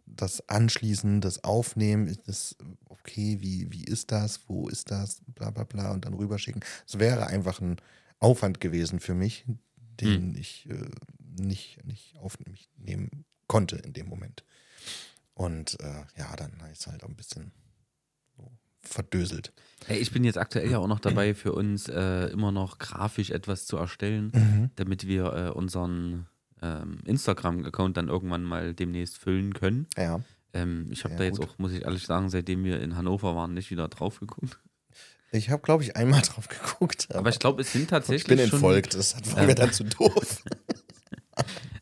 das Anschließen, das Aufnehmen, ist das okay, wie, wie ist das, wo ist das, bla bla bla und dann rüberschicken. Es wäre einfach ein Aufwand gewesen für mich, den ich äh, nicht, nicht aufnehmen konnte in dem Moment. Und äh, ja, dann ist es halt auch ein bisschen so verdöselt.
Ey, ich bin jetzt aktuell ja auch noch dabei, für uns äh, immer noch grafisch etwas zu erstellen,
Mhm.
damit wir äh, unseren ähm, Instagram-Account dann irgendwann mal demnächst füllen können.
Ja.
Ähm, ich habe
Ja,
da jetzt
gut.
auch, muss ich ehrlich sagen, seitdem wir in Hannover waren, nicht wieder drauf geguckt.
Ich habe, glaube ich, einmal drauf geguckt.
Aber ich glaube, es sind
ich
tatsächlich.
bin
schon,
entfolgt. Das war mir dann zu doof.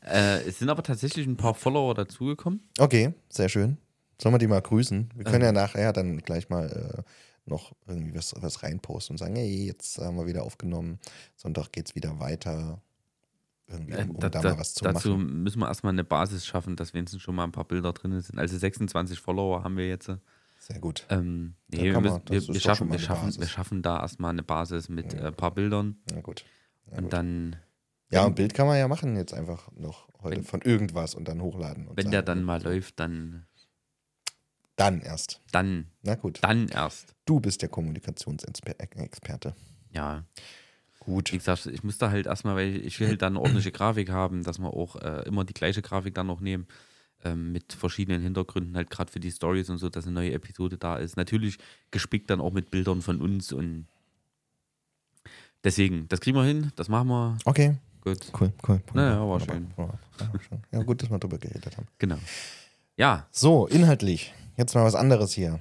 Äh, es sind aber tatsächlich ein paar Follower dazugekommen.
Okay, sehr schön. Sollen wir die mal grüßen? Wir können
Ähm.
ja nachher dann gleich mal äh, noch irgendwie was, was reinposten und sagen, hey, jetzt haben wir wieder aufgenommen. Sonntag geht's wieder weiter. Irgendwie,
Äh,
um, um
da-
da,
da-
mal was zu
dazu
machen.
müssen wir erstmal eine Basis schaffen, dass wenigstens schon mal ein paar Bilder drin sind. Also 26 Follower haben wir jetzt.
Sehr gut.
Ähm,
Da
nee, wir,
kann man-
müssen,
das
wir,
ist
wir,
doch schon
schaffen,
mal
wir,
eine
schaffen,
Basis.
wir schaffen da erstmal eine Basis mit äh,
Ja.
ein paar Bildern
Na gut. Na
und
gut.
dann,
ja,
wenn-
ein Bild kann man ja machen jetzt einfach noch heute
Wenn-
von irgendwas und dann hochladen. Und
wenn der
sagen,
dann mal läuft, dann,
Dann erst.
dann,
Na gut.
dann erst.
Du bist der Kommunikationsexperte.
Ja, wie
Gut.
gesagt, ich muss da halt erstmal, weil ich will halt dann eine ordentliche Grafik haben, dass wir auch äh, immer die gleiche Grafik dann noch nehmen. Ähm, mit verschiedenen Hintergründen, halt gerade für die Stories und so, dass eine neue Episode da ist. Natürlich gespickt dann auch mit Bildern von uns und deswegen, das kriegen wir hin, das machen wir.
Okay.
Gut.
Cool, cool.
Naja, war
Wunderbar,
schön.
wunderbar. Ja, schön. Ja, gut, dass wir drüber geredet haben.
Genau. Ja,
So, inhaltlich. Jetzt mal was anderes hier.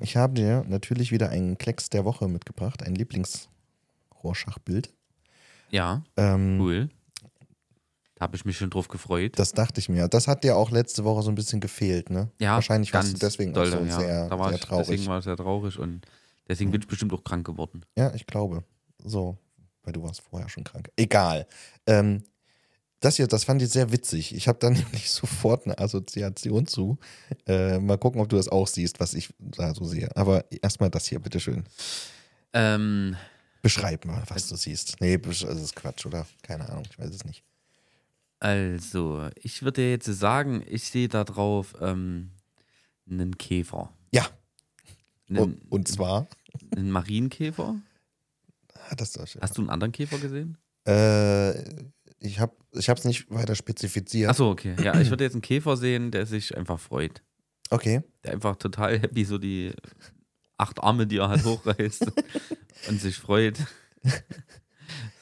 Ich habe dir natürlich wieder einen Klecks der Woche mitgebracht, ein Lieblings-Rorschach-Bild.
ja.
Ähm,
Cool. Da habe ich mich schon drauf gefreut.
Das dachte ich mir. Das hat dir auch letzte Woche so ein bisschen gefehlt, ne?
Ja,
Wahrscheinlich warst du
ganz
deswegen
doll,
auch so
ja.
sehr,
da war
sehr
ich,
traurig. Hm.
Deswegen war ich sehr traurig und deswegen bin ich bestimmt auch krank geworden.
Ja, ich glaube. So, weil du warst vorher schon krank. Egal. Ähm, das hier, das fand ich sehr witzig. Ich habe da nämlich sofort eine Assoziation zu. Äh, mal gucken, ob du das auch siehst, was ich da so sehe. Aber erstmal das hier, bitteschön.
Ähm,
Beschreib mal,
Also
was du siehst. Nee, besch- das ist Quatsch, oder? Keine Ahnung, ich weiß es nicht.
also, ich würde jetzt sagen, ich sehe da drauf ähm, einen Käfer.
Ja,
Einen,
und, und zwar.
einen Marienkäfer.
Ah, das ist doch schön.
Hast du einen anderen Käfer gesehen?
Äh, ich habe es nicht weiter spezifiziert.
Achso, okay. Ja, ich würde jetzt einen Käfer sehen, der sich einfach freut.
Okay.
Der einfach total happy so die acht Arme, die er hat, hochreißt und sich freut.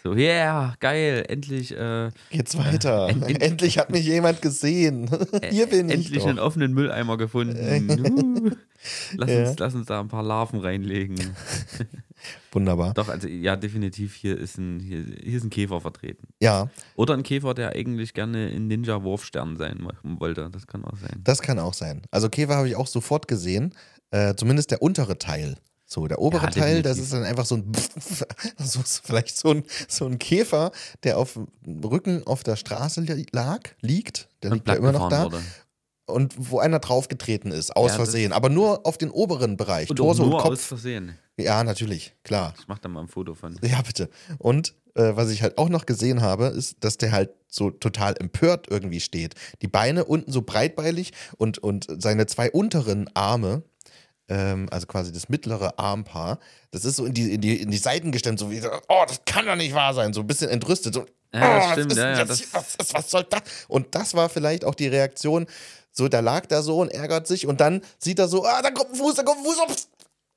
So, yeah, geil, endlich äh,
Geht's weiter.
endlich- Äh,
endlich hat mich jemand gesehen. Hier bin
endlich
ich.
einen
Doch.
offenen Mülleimer gefunden. Uh, lass,
Ja.
uns, lass uns da ein paar Larven reinlegen.
Wunderbar.
Doch, also ja, definitiv, hier ist ein, hier, hier ist ein Käfer vertreten.
Ja,
Oder ein Käfer, der eigentlich gerne ein Ninja-Wurfstern sein mo- wollte. Das kann auch sein.
Das kann auch sein. Also Käfer habe ich auch sofort gesehen. Äh, zumindest der untere Teil. So, der obere
Ja,
Teil, das
definitiv.
ist dann einfach so ein, so, ist vielleicht so ein, so ein Käfer, der auf dem Rücken auf der Straße li- lag, liegt, der liegt ja immer noch da,
plattgefahren wurde.
und wo einer draufgetreten ist, aus
Ja, das-
Versehen, aber nur auf den oberen Bereich,
Und
Torso
auch nur
und
aus
Kopf.
Versehen.
Ja, natürlich, klar.
Ich mach da mal ein Foto von.
Ja, bitte. Und äh, was ich halt auch noch gesehen habe, ist, dass der halt so total empört irgendwie steht. Die Beine unten so breitbeilig und, und seine zwei unteren Arme, ähm, also quasi das mittlere Armpaar, das ist so in die, in die, in die Seiten gestemmt, so wie so, oh, das kann doch nicht wahr sein, so ein bisschen entrüstet. So,
Ja, das
oh, was
stimmt,
ist
ja,
denn
ja,
das
das-
hier? was, ist, was soll das? Und das war vielleicht auch die Reaktion, so, da lag da so und ärgert sich und dann sieht er so, ah, da kommt ein Fuß, da kommt ein Fuß. Oh, pst.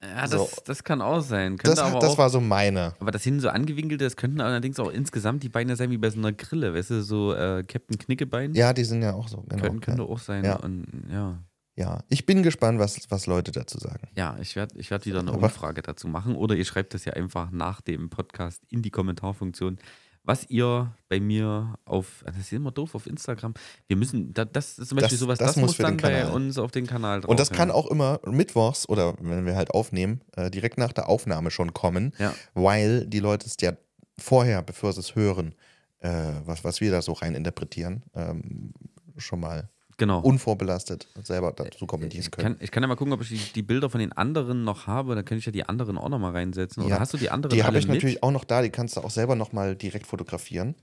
Ja, das,
So.
das kann auch sein. Könnte
Das,
aber
das
auch,
war so meine.
aber das hinten so angewinkelte, das könnten allerdings auch insgesamt die Beine sein wie bei so einer Grille, weißt du, so äh, Captain Knickebein.
Ja, die sind ja auch so, genau.
Könnten,
ja.
könnte auch sein.
Ja.
Und ja.
Ja, ich bin gespannt, was, was Leute dazu sagen.
Ja, ich werde ich werd wieder eine
Aber-
Umfrage dazu machen oder ihr schreibt das ja einfach nach dem Podcast in die Kommentarfunktion, was ihr bei mir auf, das ist immer doof, auf Instagram, wir müssen, da, das ist zum Beispiel
Das-
sowas,
das
das,
muss
muss
für
dann
den
bei
Kanal.
uns auf den Kanal drauf.
Und das kann
ja.
auch immer mittwochs oder wenn wir halt aufnehmen, äh, direkt nach der Aufnahme schon kommen,
Ja.
weil die Leute es ja vorher, bevor sie es hören, äh, was, was wir da so rein interpretieren, ähm, schon mal
Genau.
unvorbelastet selber dazu kommentieren
Äh, Ich
können.
kann, ich kann ja mal gucken, ob ich die, die Bilder von den anderen noch habe. Da könnte ich ja die anderen auch noch mal reinsetzen. Oder
Ja,
hast du die anderen
Die
alle
habe ich
mit?
natürlich auch noch da, die kannst du auch selber nochmal direkt fotografieren.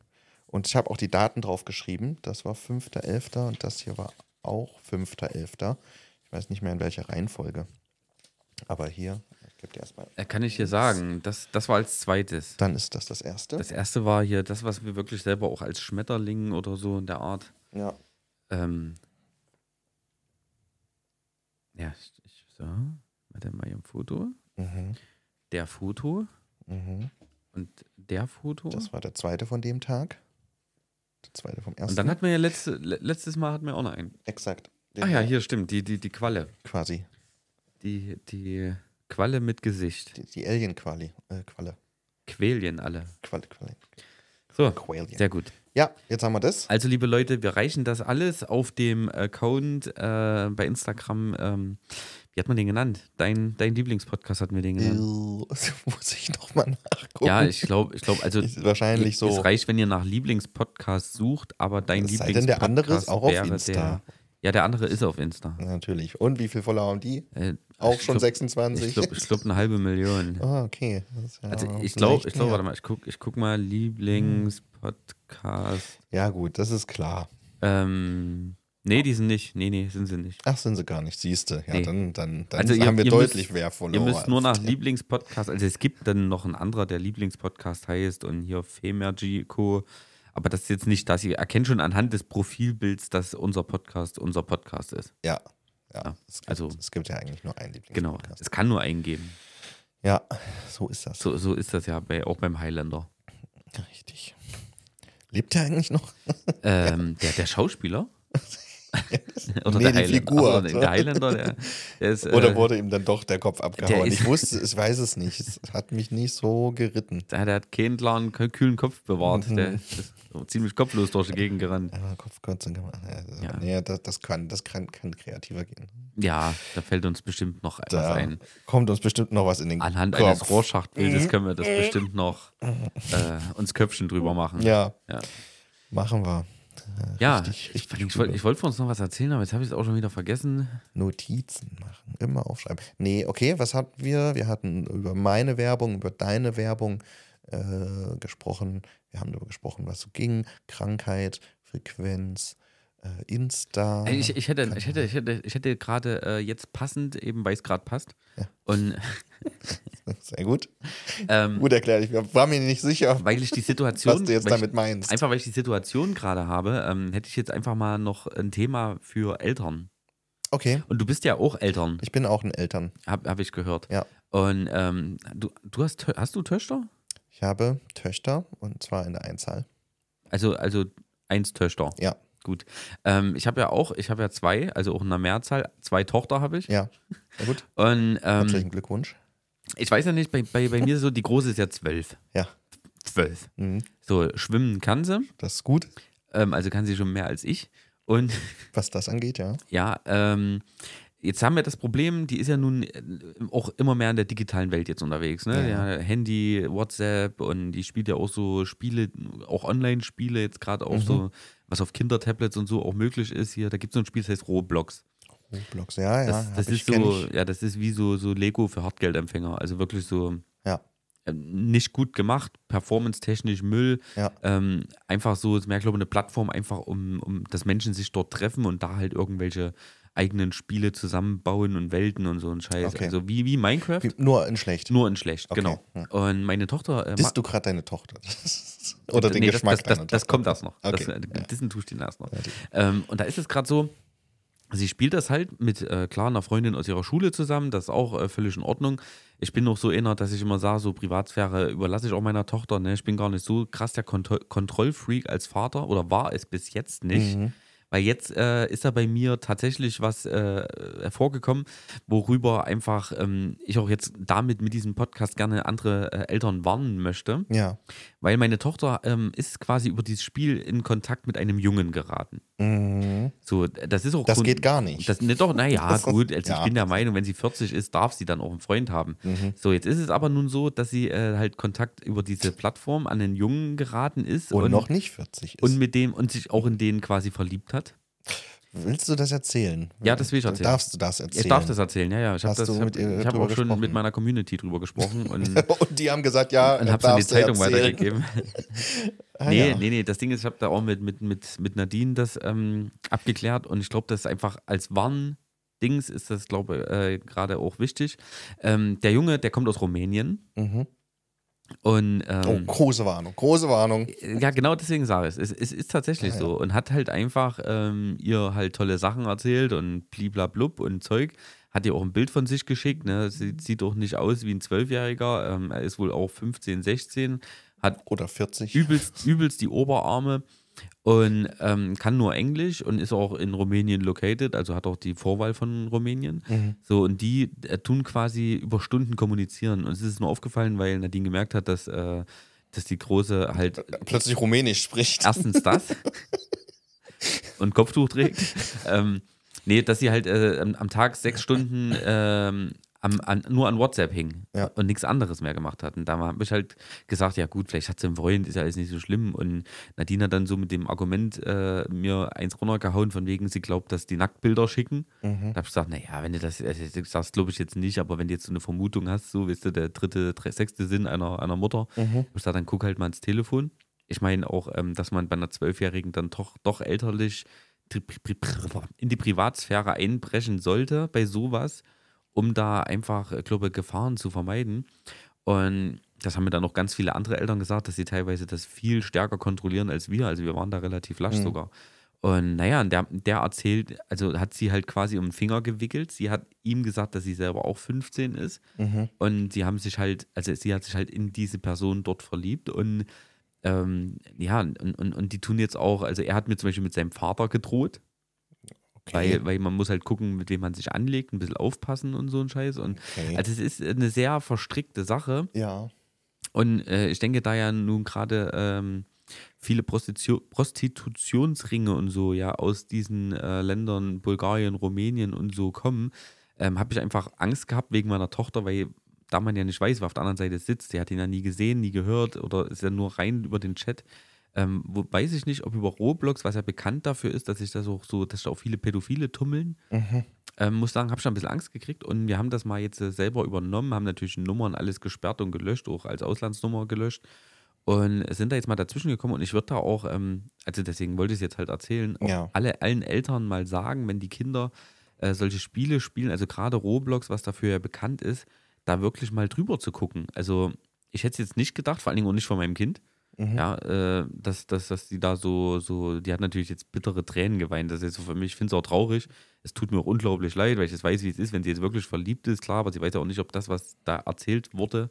Und ich habe auch die Daten drauf geschrieben. Das war 5.11. und das hier war auch 5.11. Ich weiß nicht mehr in welcher Reihenfolge. Aber hier, ich gebe dir erstmal.
Äh, Kann ich dir sagen, das, das war als zweites.
Dann ist das das erste.
Das erste war hier das, was wir wirklich selber auch als Schmetterling oder so in der Art.
ja.
Ähm, ja, ich, ich, so. Warte mal, hier ein Foto.
Mhm.
Der Foto
Mhm.
und der Foto.
Das war der zweite von dem Tag. Der zweite vom ersten.
Und dann hatten wir ja letzte, le- letztes Mal hatten wir auch noch einen.
Exakt. Den
Ah ja,
hier.
hier stimmt, die, die, die Qualle.
Quasi.
Die, die Qualle mit Gesicht.
Die, die Alien-Quali. Äh, Qualle.
Quälien alle.
Qualle. Qualle.
So,
Qualien.
sehr gut.
Ja, jetzt haben wir das.
Also, liebe Leute, wir reichen das alles auf dem Account äh, bei Instagram. Ähm, wie hat man den genannt? Dein, dein Lieblingspodcast hatten wir den
Äh,
genannt.
muss ich nochmal nachgucken.
Ja, ich glaube, ich glaube, also
Ist wahrscheinlich
es
so.
reicht, wenn ihr nach Lieblingspodcast sucht, aber dein
Es sei
Lieblingspodcast.
denn, der andere ist auch auf
wäre
Insta.
Der, ja, der andere ist auf Insta.
Natürlich. Und wie viele Follower haben die?
Äh,
Auch
ich
schon
glaub-
26.
Ich glaube, ich glaub, eine halbe Million.
Ah, okay. Das ist ja
Also
aber
ich glaube,
vielleicht
ich glaube,
mehr. Hm.
warte mal, ich guck, ich guck mal Lieblingspodcast.
Ja, gut, das ist klar.
Ähm, nee, die sind nicht. Nee, nee, sind sie nicht.
Ach, sind sie gar nicht, siehste. Ja,
Nee.
dann, dann, dann
Also ihr-
haben wir
ihr
deutlich
müsst-
mehr Follower.
Ihr müsst nur
als
nach
der.
Lieblingspodcast, also es gibt dann noch einen anderer, der Lieblingspodcast heißt und hier Femergy Co. Aber das ist jetzt nicht das. Ihr erkennt schon anhand des Profilbilds, dass unser Podcast unser Podcast ist.
Ja. Ja,
Ja,
Es, gibt,
also-
es gibt ja eigentlich nur einen Lieblings.
Genau. Es kann nur einen geben.
Ja, so ist das.
So, so ist das ja bei, auch beim Highlander.
Richtig. Lebt er eigentlich noch?
Ähm, der, der Schauspieler?
Nee, die Figur.
Ach so, der Highlander, der, der ist.
Oder
äh,
wurde ihm dann doch der Kopf abgehauen?
ist-
ich wusste, ich weiß es nicht. Es hat mich nicht so geritten.
Ja, der hat keinen klaren, keinen kühlen Kopf bewahrt.
Mhm.
Der ist so ziemlich kopflos durch die Gegend gerannt.
Einmal Kopfkürzung gemacht. Ja, das-
Ja.
Nee, das, das, kann, das kann, kann kreativer gehen.
Ja, da fällt uns bestimmt noch etwas
Da
ein.
kommt uns bestimmt noch was in den
Anhand
Kopf.
eines Rohrschachtbildes können wir das bestimmt noch äh, uns Köpfchen drüber machen.
Ja,
Ja,
machen wir.
ja
richtig,
ich,
richtig
ich wollte ich wollte von uns noch was erzählen, aber jetzt habe ich es auch schon wieder vergessen.
Notizen machen, immer aufschreiben. Nee, okay, was hatten wir? Wir hatten über meine Werbung, über deine Werbung äh, gesprochen. Wir haben darüber gesprochen, was so ging. Krankheit, Frequenz, äh, Insta.
Ey, Ich, ich hätte, ich hätte, ich hätte, ich hätte gerade äh, jetzt passend, eben weil es gerade passt.
Ja.
Und
Sehr gut.
ähm,
Gut erklärt. Ich war mir nicht sicher,
weil ich die Situation.
was du jetzt
weil ich-
damit meinst.
Einfach weil ich die Situation gerade habe, ähm, hätte ich jetzt einfach mal noch ein Thema für Eltern.
Okay,
Und du bist ja auch Eltern,
ich bin auch ein Eltern.
habe hab ich gehört.
Ja.
Und ähm, du, du hast, Tö- hast du Töchter?
Ich habe Töchter und zwar in der Einzahl.
Also, also eins Töchter.
Ja.
Gut. Ähm, ich habe ja auch, ich habe ja zwei, also auch in der Mehrzahl, zwei Tochter habe ich.
Ja, na gut.
Und ähm,
Herzlichen Glückwunsch.
ich weiß ja nicht, bei, bei, bei mir so, die große ist ja zwölf.
Ja,
Zwölf.
mhm.
So, schwimmen kann sie,
das ist gut,
ähm, also kann sie schon mehr als ich. Und
was das angeht, ja.
Ja, ähm, jetzt haben wir das Problem, die ist ja nun äh, auch immer mehr in der digitalen Welt jetzt unterwegs. Ne?
Ja.
Ja. Handy, WhatsApp und die spielt ja auch so Spiele, auch Online-Spiele, jetzt gerade auch
Mhm.
so, was auf Kindertablets und so auch möglich ist hier. Da gibt es so ein Spiel, das heißt Roblox.
Roblox, ja, ja.
Das,
hab
das
ich,
ist so,
kenn ich.
ja, das ist wie so, so Lego für Hartgeldempfänger. Also wirklich so
Ja.
ähm, nicht gut gemacht, performance-technisch Müll.
Ja.
Ähm, einfach so, es wäre, glaube ich, eine Plattform, einfach um, um, dass Menschen sich dort treffen und da halt irgendwelche eigenen Spiele zusammenbauen und Welten und so ein Scheiß.
Okay.
Also wie, wie Minecraft,
Wie- Nur in schlecht.
nur in schlecht,
Okay, Hm.
genau.
ja.
Und meine Tochter. Äh, ma-
Disst du gerade deine Tochter? Oder den
nee, das,
Geschmack
das, das,
deiner
das
Tochter?
kommt erst noch.
Okay.
Das, äh,
Ja.
Dissen tue ich den erst noch.
Ja, die-
Ähm, und da ist es gerade so, sie spielt das halt mit äh, klar einer Freundin aus ihrer Schule zusammen, das ist auch äh, völlig in Ordnung. Ich bin noch so inner, dass ich immer sah, so Privatsphäre überlasse ich auch meiner Tochter. Ne? Ich bin gar nicht so krass der Kontro Kontrollfreak als Vater oder war es bis jetzt nicht.
Mhm.
Weil jetzt äh, ist da bei mir tatsächlich was äh, hervorgekommen, worüber einfach ähm, ich auch jetzt damit mit diesem Podcast gerne andere äh, Eltern warnen möchte.
Ja.
Weil meine Tochter ähm, ist quasi über dieses Spiel in Kontakt mit einem Jungen geraten.
Mhm.
So, das ist auch
Das
Grund-
geht gar nicht.
Das, ne, doch, naja,
Das ist-
gut. Also
ja.
ich bin der Meinung, wenn sie 40 ist, darf sie dann auch einen Freund haben.
Mhm.
So, jetzt ist es aber nun so, dass sie äh, halt Kontakt über diese Plattform an den Jungen geraten ist
Und, noch nicht 40 ist.
und mit dem und sich auch in den quasi verliebt hat.
Willst du das erzählen?
Ja, das will ich erzählen.
Darfst du das erzählen?
Ich darf das erzählen, ja, ja. Ich habe
Hast
hab,
du mit ihr
ich hab
drüber
auch schon
gesprochen?
mit meiner Community drüber gesprochen und,
Und die haben gesagt, ja,
und habe es an die
darfst du
Zeitung
erzählen.
weitergegeben.
Ah,
nee,
ja.
nee, nee, das Ding ist, ich habe da auch mit, mit, mit, mit Nadine das ähm, abgeklärt und ich glaube, das ist einfach als Warndings ist das, glaube ich, äh, gerade auch wichtig. Ähm, der Junge, der kommt aus Rumänien
Mhm.
und
Oh,
ähm,
große Warnung, große Warnung.
ja, genau deswegen sage ich es. Es, es ist tatsächlich
Ah, ja.
so und hat halt einfach ähm, ihr halt tolle Sachen erzählt und bliblablub und Zeug. Hat ihr auch ein Bild von sich geschickt, ne? Sieht, sieht doch nicht aus wie ein Zwölfjähriger, ähm, er ist wohl auch 15, 16, hat
Oder 40.
übelst, übelst die Oberarme und ähm, kann nur Englisch und ist auch in Rumänien located, also hat auch die Vorwahl von Rumänien.
Mhm.
So, und die äh, tun quasi über Stunden kommunizieren. Und es ist nur aufgefallen, weil Nadine gemerkt hat, dass, äh, dass die Große halt
Plötzlich Rumänisch spricht.
erstens das und Kopftuch trägt. Ähm, nee, dass sie halt äh, am- am Tag sechs Stunden ähm, am, an, nur an WhatsApp hing
Ja.
und nichts anderes mehr gemacht hat. Und da habe ich halt gesagt, ja gut, vielleicht hat sie einen Freund, ist ja alles nicht so schlimm. Und Nadine hat dann so mit dem Argument äh, mir eins runtergehauen, von wegen sie glaubt, dass die Nacktbilder schicken.
Mhm.
Da habe ich gesagt, naja, wenn du das, also das sagst, glaube ich jetzt nicht, aber wenn du jetzt so eine Vermutung hast, so, weißt du, der dritte, dre- sechste Sinn einer, einer Mutter,
Mhm.
hab ich gesagt, dann guck halt mal ins Telefon. Ich meine auch, ähm, dass man bei einer Zwölfjährigen dann doch, doch elterlich tri- pri- pri- in die Privatsphäre einbrechen sollte bei sowas, um da einfach, äh, glaube ich, Gefahren zu vermeiden. Und das haben mir dann noch ganz viele andere Eltern gesagt, dass sie teilweise das viel stärker kontrollieren als wir. Also wir waren da relativ lasch sogar. Und naja, und der, der erzählt, also hat sie halt quasi um den Finger gewickelt. Sie hat ihm gesagt, dass sie selber auch 15 ist.
Mhm.
Und sie haben sich halt, also sie hat sich halt in diese Person dort verliebt und ähm, ja, und, und, und die tun jetzt auch, also er hat mir zum Beispiel mit seinem Vater gedroht, weil, weil man muss halt gucken, mit wem man sich anlegt, ein bisschen aufpassen und so ein Scheiß. Und
Okay.
also es ist eine sehr verstrickte Sache.
ja.
Und äh, ich denke, da ja nun gerade ähm, viele Prostitution, Prostitutionsringe und so ja aus diesen äh, Ländern, Bulgarien, Rumänien und so kommen, ähm, habe ich einfach Angst gehabt wegen meiner Tochter, weil da man ja nicht weiß, wer auf der anderen Seite sitzt, die hat ihn ja nie gesehen, nie gehört oder ist ja nur rein über den Chat. Ähm, wo, weiß ich nicht, ob über Roblox, was ja bekannt dafür ist, dass sich das auch so, dass da auch viele Pädophile tummeln. Ähm, muss sagen, habe schon ein bisschen Angst gekriegt und wir haben das mal jetzt äh, selber übernommen, haben natürlich Nummern alles gesperrt und gelöscht, auch als Auslandsnummer gelöscht und sind da jetzt mal dazwischen gekommen und ich würde da auch, ähm, also deswegen wollte ich es jetzt halt erzählen, auch
Ja.
alle, allen Eltern mal sagen, wenn die Kinder äh, solche Spiele spielen, also gerade Roblox, was dafür ja bekannt ist, da wirklich mal drüber zu gucken. Also ich hätte es jetzt nicht gedacht, vor allen Dingen auch nicht von meinem Kind,
Mhm.
ja, äh, dass, dass, dass die da so, so, die hat natürlich jetzt bittere Tränen geweint. Das ist jetzt so für mich, ich finde es auch traurig. Es tut mir auch unglaublich leid, weil ich jetzt weiß, wie es ist, wenn sie jetzt wirklich verliebt ist, klar, aber sie weiß ja auch nicht, ob das, was da erzählt wurde,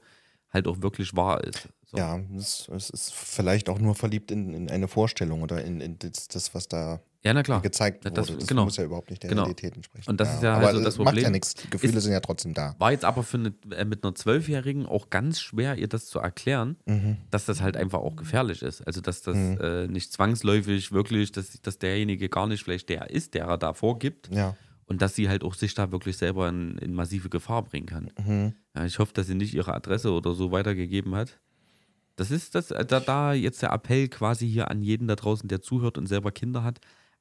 halt auch wirklich wahr ist. So.
Ja, es, es ist vielleicht auch nur verliebt in, in eine Vorstellung oder in, in das, das, was da
ja, na klar.
gezeigt
Ja,
wurde.
das-
Das,
genau.
muss ja überhaupt nicht der
Genau.
Realität entsprechen.
Und das ist ja halt
Aber
so das
es Macht
Problem.
ja nichts. Die Gefühle sind ja trotzdem da.
War jetzt aber für eine, äh, mit einer Zwölfjährigen auch ganz schwer, ihr das zu erklären,
Mhm.
dass das halt einfach auch gefährlich ist. Also, dass das äh, nicht zwangsläufig wirklich, dass, dass derjenige gar nicht vielleicht der ist, der er da vorgibt.
Ja.
Und dass sie halt auch sich da wirklich selber in, in massive Gefahr bringen kann.
Mhm.
Ja, ich hoffe, dass sie nicht ihre Adresse oder so weitergegeben hat. Das ist das, äh, da, da jetzt der Appell quasi hier an jeden da draußen, der zuhört und selber Kinder hat.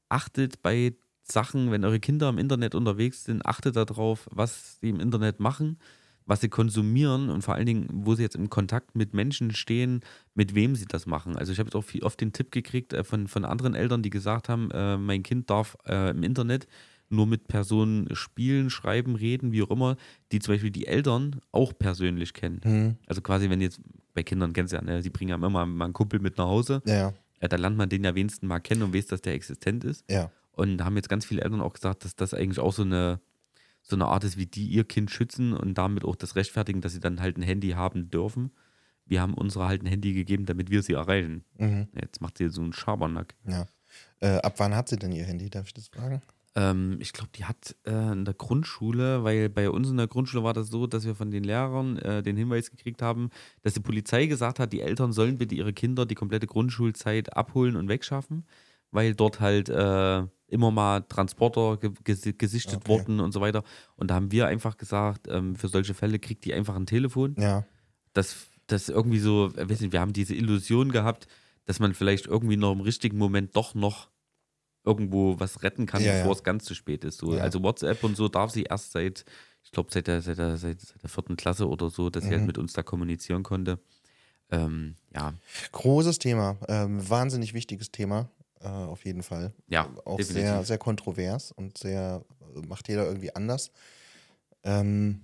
Achtet bei Sachen, wenn eure Kinder im Internet unterwegs sind, achtet darauf, was sie im Internet machen, was sie konsumieren und vor allen Dingen, wo sie jetzt im Kontakt mit Menschen stehen, mit wem sie das machen. Also ich habe jetzt auch viel, oft den Tipp gekriegt äh, von, von anderen Eltern, die gesagt haben, äh, mein Kind darf äh, im Internet nur mit Personen spielen, schreiben, reden, wie auch immer, die zum Beispiel die Eltern auch persönlich kennen.
Mhm.
Also quasi, wenn jetzt bei Kindern kennst du ja, ne, die bringen ja immer mal einen Kumpel mit nach Hause,
Ja, ja.
äh, da lernt man den ja wenigstens mal kennen und weiß, dass der existent ist.
Ja.
Und da haben jetzt ganz viele Eltern auch gesagt, dass das eigentlich auch so eine, so eine Art ist, wie die ihr Kind schützen und damit auch das rechtfertigen, dass sie dann halt ein Handy haben dürfen. Wir haben unsere halt ein Handy gegeben, damit wir sie erreichen. Jetzt macht sie so einen Schabernack.
Mhm. ja. Äh, ab wann hat sie denn ihr Handy? Darf ich das fragen?
Ähm, ich glaube, die hat äh, in der Grundschule, weil bei uns in der Grundschule war das so, dass wir von den Lehrern äh, den Hinweis gekriegt haben, dass die Polizei gesagt hat, die Eltern sollen bitte ihre Kinder die komplette Grundschulzeit abholen und wegschaffen, weil dort halt äh, immer mal Transporter ge ges gesichtet
Okay.
wurden und so weiter. Und da haben wir einfach gesagt, ähm, für solche Fälle kriegt die einfach ein Telefon
Ja.
dass das irgendwie so, äh, weiß nicht, wir haben diese Illusion gehabt, dass man vielleicht irgendwie noch im richtigen Moment doch noch irgendwo was retten kann,
Ja, ja.
bevor es ganz zu spät ist. So.
Ja.
Also WhatsApp und so darf sie erst seit, ich glaube, seit der, seit, der, seit, seit der vierten Klasse oder so, dass sie halt
Mhm.
mit uns da kommunizieren konnte. Ähm, ja,
Großes Thema, ähm, wahnsinnig wichtiges Thema, äh, auf jeden Fall.
ja,
auch
definitiv.
sehr, sehr kontrovers und sehr, macht jeder irgendwie anders. Ähm,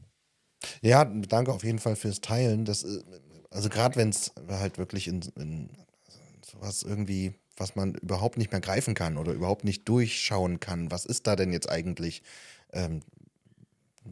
ja, danke auf jeden Fall fürs Teilen. Das, äh, also gerade wenn es halt wirklich in, in sowas irgendwie, was man überhaupt nicht mehr greifen kann oder überhaupt nicht durchschauen kann, was ist da denn jetzt eigentlich? Ähm,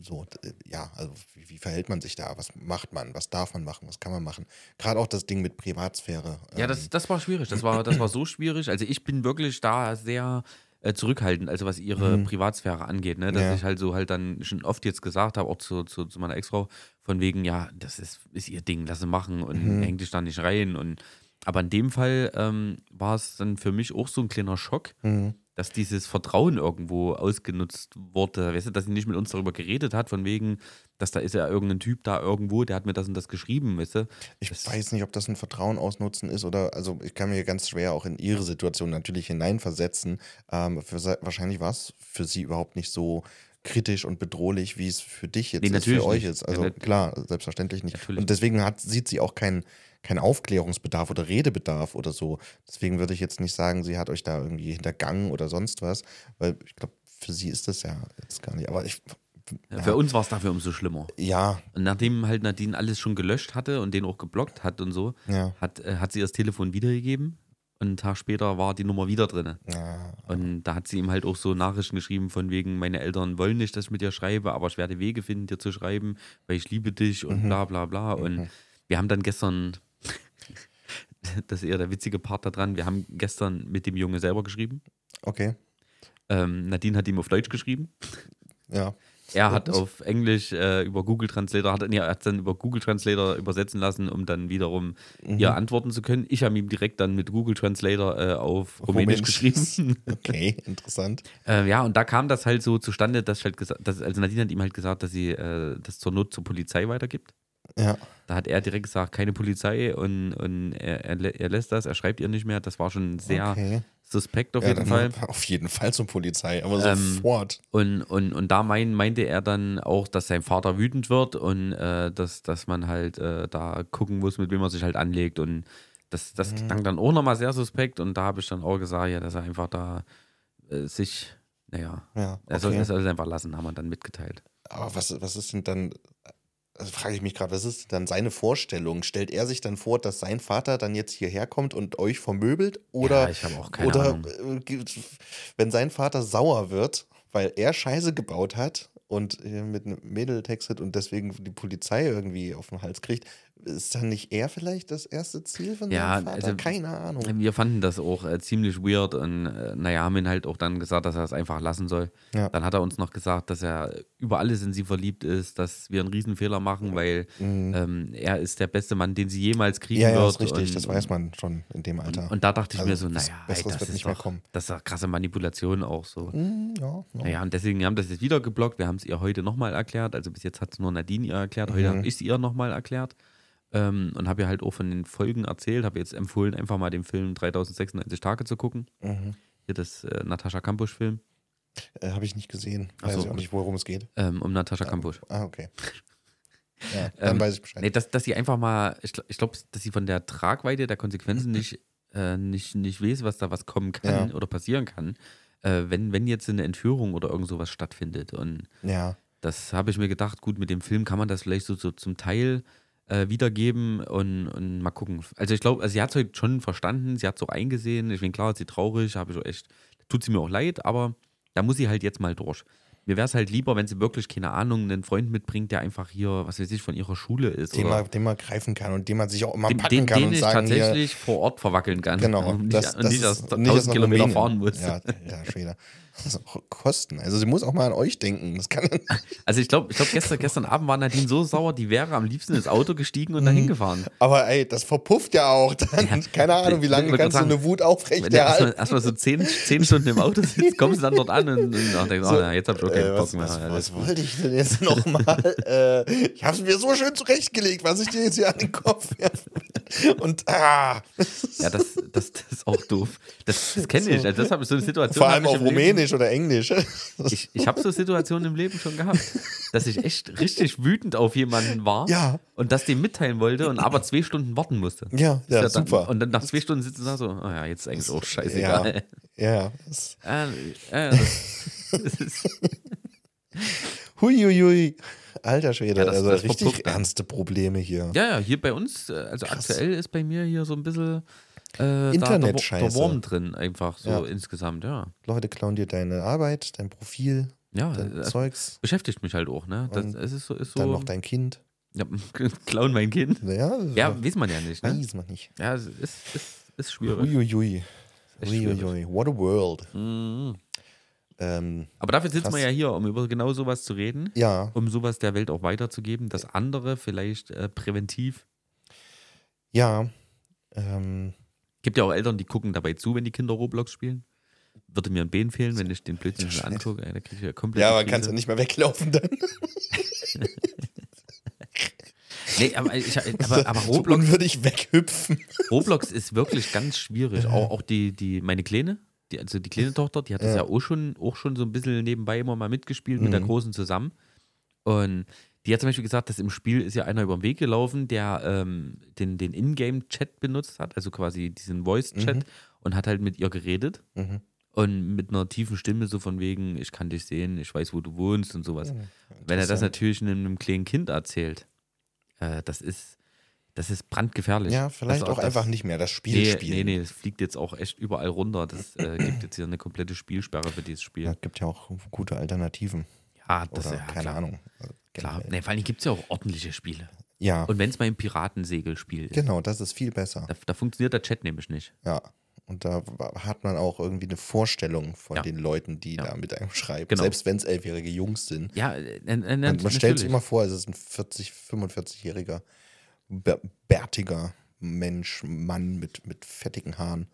so, d- ja, also wie, wie verhält man sich da? Was macht man? Was darf man machen? Was kann man machen? Gerade auch das Ding mit Privatsphäre.
Ja, das, das war schwierig. Das war, das war so schwierig. Also ich bin wirklich da sehr äh, zurückhaltend, also was ihre
Mhm.
Privatsphäre angeht, ne? Dass
Ja.
ich halt so halt dann schon oft jetzt gesagt habe, auch zu, zu, zu meiner Ex-Frau, von wegen, ja, das ist, ist ihr Ding, lass sie machen und
Mhm.
häng dich da nicht rein. Und aber in dem Fall ähm, war es dann für mich auch so ein kleiner Schock,
Mhm.
dass dieses Vertrauen irgendwo ausgenutzt wurde. Weißt du, dass sie nicht mit uns darüber geredet hat, von wegen, dass da ist ja irgendein Typ da irgendwo, der hat mir das und das geschrieben, weißt du?
Ich
Das-
weiß nicht, ob das ein Vertrauen ausnutzen ist oder, also ich kann mir ganz schwer auch in ihre Situation natürlich hineinversetzen. Ähm, für, se- wahrscheinlich war es für sie überhaupt nicht so kritisch und bedrohlich, wie es für dich jetzt
Nee,
ist, für
natürlich
euch
nicht.
ist. Also
Ja, nat-
klar, selbstverständlich nicht.
Natürlich
Und deswegen hat, sieht sie auch keinen keinen Aufklärungsbedarf oder Redebedarf oder so. Deswegen würde ich jetzt nicht sagen, sie hat euch da irgendwie hintergangen oder sonst was, weil ich glaube, für sie ist das ja jetzt gar nicht. Aber ich,
Ja. Äh, Für uns war es dafür umso schlimmer.
ja,
Und nachdem halt Nadine alles schon gelöscht hatte und den auch geblockt hat und so,
ja.
hat, äh, hat sie das Telefon wiedergegeben und einen Tag später war die Nummer wieder drin.
ja.
Und da hat sie ihm halt auch so Nachrichten geschrieben von wegen, meine Eltern wollen nicht, dass ich mit dir schreibe, aber ich werde Wege finden, dir zu schreiben, weil ich liebe dich und bla bla bla. Und wir haben dann gestern, das ist eher der witzige Part da dran, wir haben gestern mit dem Junge selber geschrieben.
Okay,
Ähm, Nadine hat ihm auf Deutsch geschrieben.
ja.
Er hat auf Englisch äh, über Google Translator, hat, nee, er hat dann über Google Translator übersetzen lassen, um dann wiederum
Mhm.
ihr antworten zu können. Ich habe ihm direkt dann mit Google Translator äh, auf Rumänisch geschrieben.
Okay, interessant.
äh, ja, und da kam das halt so zustande, dass ich halt gesagt, dass, also Nadine hat ihm halt gesagt, dass sie äh, das zur Not zur Polizei weitergibt.
Ja.
Da hat er direkt gesagt, keine Polizei und, und er, er, lä- er lässt das, er schreibt ihr nicht mehr. Das war schon sehr
Okay.
suspekt auf
ja,
jeden
dann
Fall.
Auf jeden Fall zur Polizei, aber
Ähm,
sofort.
Und, und, und da mein, meinte er dann auch, dass sein Vater wütend wird und äh, dass, dass man halt äh, da gucken muss, mit wem man sich halt anlegt. Und das, das
Mhm.
klang dann auch nochmal sehr suspekt. Und da habe ich dann auch gesagt, ja, dass er einfach da äh, sich, naja,
Ja, okay.
er soll er soll also es einfach lassen, haben wir dann mitgeteilt.
aber was, was ist denn dann, also frage ich mich gerade, was ist denn dann seine Vorstellung? Stellt er sich dann vor, dass sein Vater dann jetzt hierher kommt und euch vermöbelt?
ja,
Oder,
ich habe auch keine
oder
Ahnung.
äh, ge- wenn sein Vater sauer wird, weil er Scheiße gebaut hat und äh, mit einem Mädel textet und deswegen die Polizei irgendwie auf den Hals kriegt, ist dann nicht er vielleicht das erste Ziel von
Ja,
seinem Vater?
also-
Keine Ahnung.
Wir fanden das auch äh, ziemlich weird und äh, naja, haben ihn halt auch dann gesagt, dass er es einfach lassen soll.
Ja.
Dann hat er uns noch gesagt, dass er über alles in sie verliebt ist, dass wir einen Riesenfehler machen, weil ähm, er ist der beste Mann, den sie jemals kriegen
Mhm. Ja,
wird.
ja, ist richtig.
und,
das weiß man schon in dem
Und,
Alter.
und da dachte ich
Also
mir so,
was
naja, ey,
Besseres
das,
wird
ist
nicht mehr
doch,
kommen.
das ist doch krasse Manipulation auch so.
Hm, ja, ja.
Naja, und deswegen haben das jetzt wieder geblockt. Wir haben es ihr heute nochmal erklärt. Also bis jetzt hat es nur Nadine ihr erklärt. Heute
Mhm.
habe ich es ihr nochmal erklärt. Ähm, und habe ihr halt auch von den Folgen erzählt. Habe jetzt empfohlen, einfach mal den Film 3096 Tage zu gucken. Hier das äh, Natascha Kampusch-Film.
Mhm. Äh, Habe ich nicht gesehen.
Ach
Weiß
so,
ich auch
gut.
nicht, worum es geht.
Ähm, um Natascha Kampusch.
Ah, okay. Ja, dann
Ähm,
weiß ich Bescheid.
Nee, dass, dass sie einfach mal, ich, gl- ich glaube, dass sie von der Tragweite der Konsequenzen nicht, äh, nicht, nicht weiß, was da was kommen kann
Ja.
oder passieren kann, äh, wenn, wenn jetzt eine Entführung oder irgend sowas stattfindet. Und
Ja,
das habe ich mir gedacht, gut, mit dem Film kann man das vielleicht so, so zum Teil äh, wiedergeben und, und mal gucken. Also ich glaube, also sie hat es heute schon verstanden, sie hat es auch eingesehen. Ich bin klar, ist sie traurig, habe ich auch echt, tut sie mir auch leid, aber da muss sie halt jetzt mal durch. Mir wäre es halt lieber, wenn sie wirklich, keine Ahnung, einen Freund mitbringt, der einfach hier, was weiß ich, von ihrer Schule ist.
den,
oder
man, den man greifen kann und den man sich auch immer
den,
packen
den,
kann
den
und
ich
sagen hier,
tatsächlich vor Ort verwackeln kann.
genau,
Und nicht,
das,
und
das
nicht
ist-
erst
nicht erst
1000
nach
Kilometer
Rumänien.
fahren muss.
Ja, ja Schwede. Also Kosten. Also sie muss auch mal an euch denken. Das kann
Also ich glaube, ich glaub, gestern, gestern Abend war Nadine so sauer, die wäre am liebsten ins Auto gestiegen und
Mhm.
dahin gefahren.
Aber ey, das verpufft ja auch dann.
Ja,
Keine Ahnung, wie
ich
lange
wollte
kannst du
gerade
eine Wut
Wenn du erstmal
aufrechterhalten.
erst mal so zehn, zehn Stunden im Auto sitzt, kommst du dann dort an und, und dann denkst, oh, na, jetzt hab ich auch keinen
Äh,
Bock
was,
mehr.
was,
Alles
was
gut.
wollte ich denn jetzt nochmal? äh, ich habe es mir so schön zurechtgelegt, was ich dir jetzt hier an den Kopf werfe. Und ah,
Ja, das, das, das ist auch doof. Das, das kenne ich. Also das habe ich so eine Situation.
vor
hab
allem
ich
auf
im Leben-
Rumänisch oder Englisch.
Ich, ich habe so Situationen im Leben schon gehabt, dass ich echt richtig wütend auf jemanden war
Ja.
und das dem mitteilen wollte und aber zwei Stunden warten musste.
Ja, ja,
dann,
super.
Und dann nach zwei Stunden sitzen und sagen so, oh ja, jetzt ist eigentlich
ja,
auch scheißegal.
ja.
Äh, äh, das, das ist,
Huiuiui. Alter Schwede,
Ja, das-
also
das
richtig
verpufft dann.
ernste Probleme hier.
ja, ja, hier bei uns, äh, also aktuell ist bei mir hier so ein bisschen äh, da, der, Wo- der
Internetscheiße.
Wurm drin, einfach so
Ja.
insgesamt, ja.
Leute klauen dir deine Arbeit, dein Profil,
Ja,
dein
das
Zeugs,
beschäftigt mich halt auch, ne? Das,
Und
es ist so, ist
dann
so
noch dein Kind.
ja, klauen mein Kind.
Ja,
Ja, weiß man ja nicht, ne?
weiß man nicht.
Ja, es ist, ist, ist schwierig.
Uiuiui.
Ist schwierig.
Uiuiui. What a world.
Mhm.
Ähm,
Aber dafür sitzen
Krass.
wir ja hier, um über genau sowas zu reden,
ja,
um sowas der Welt auch weiterzugeben, dass andere vielleicht äh, präventiv.
ja. Ähm,
Gibt ja auch Eltern, die gucken dabei zu, wenn die Kinder Roblox spielen. Würde mir ein Bein fehlen, wenn ich den Blödsinn schon angucke. ey, Da krieg ich ja komplett.
ja, aber kannst du nicht mehr weglaufen dann.
Nee, aber, ich, aber, aber
So
Roblox,
unwürdig weghüpfen.
Roblox ist wirklich ganz schwierig. Auch, auch die, die, meine Kleine, die, also die kleine Tochter, die hat das
Ja. Mhm.
ja auch schon, auch schon so ein bisschen nebenbei immer mal mitgespielt mit der Großen zusammen. Und die hat zum Beispiel gesagt, dass im Spiel ist ja einer über den Weg gelaufen, der ähm, den, den Ingame-Chat benutzt hat, also quasi diesen Voice-Chat und hat halt mit ihr geredet.
Mhm.
Und mit einer tiefen Stimme so von wegen, ich kann dich sehen, ich weiß, wo du wohnst und sowas. Wenn er das
interessant.
natürlich einem, einem kleinen Kind erzählt, äh, das ist, das ist brandgefährlich.
Ja, vielleicht
Also
auch
das-
einfach nicht mehr das Spiel
Nee,
spielen.
nee, nee, es fliegt jetzt auch echt überall runter. Das äh, gibt jetzt hier eine komplette Spielsperre für dieses Spiel.
Ja, gibt ja auch gute Alternativen.
Ja, das
Oder
ja,
keine
klar.
Ahnung.
Klar. Nee, vor allem gibt es ja auch ordentliche Spiele.
Ja,
Und wenn es mal ein Piratensegelspiel ist,
genau, das ist viel besser.
da, da funktioniert der Chat nämlich nicht.
Ja. Und da w- hat man auch irgendwie eine Vorstellung von
Ja.
den Leuten, die
Ja.
da mit einem schreiben.
Genau.
Selbst wenn es elfjährige Jungs sind.
Ja, äh, äh, äh,
Man, man stellt
natürlich.
sich immer vor, es ist ein 40, 45-jähriger, bär- bärtiger Mensch, Mann mit, mit fettigen Haaren.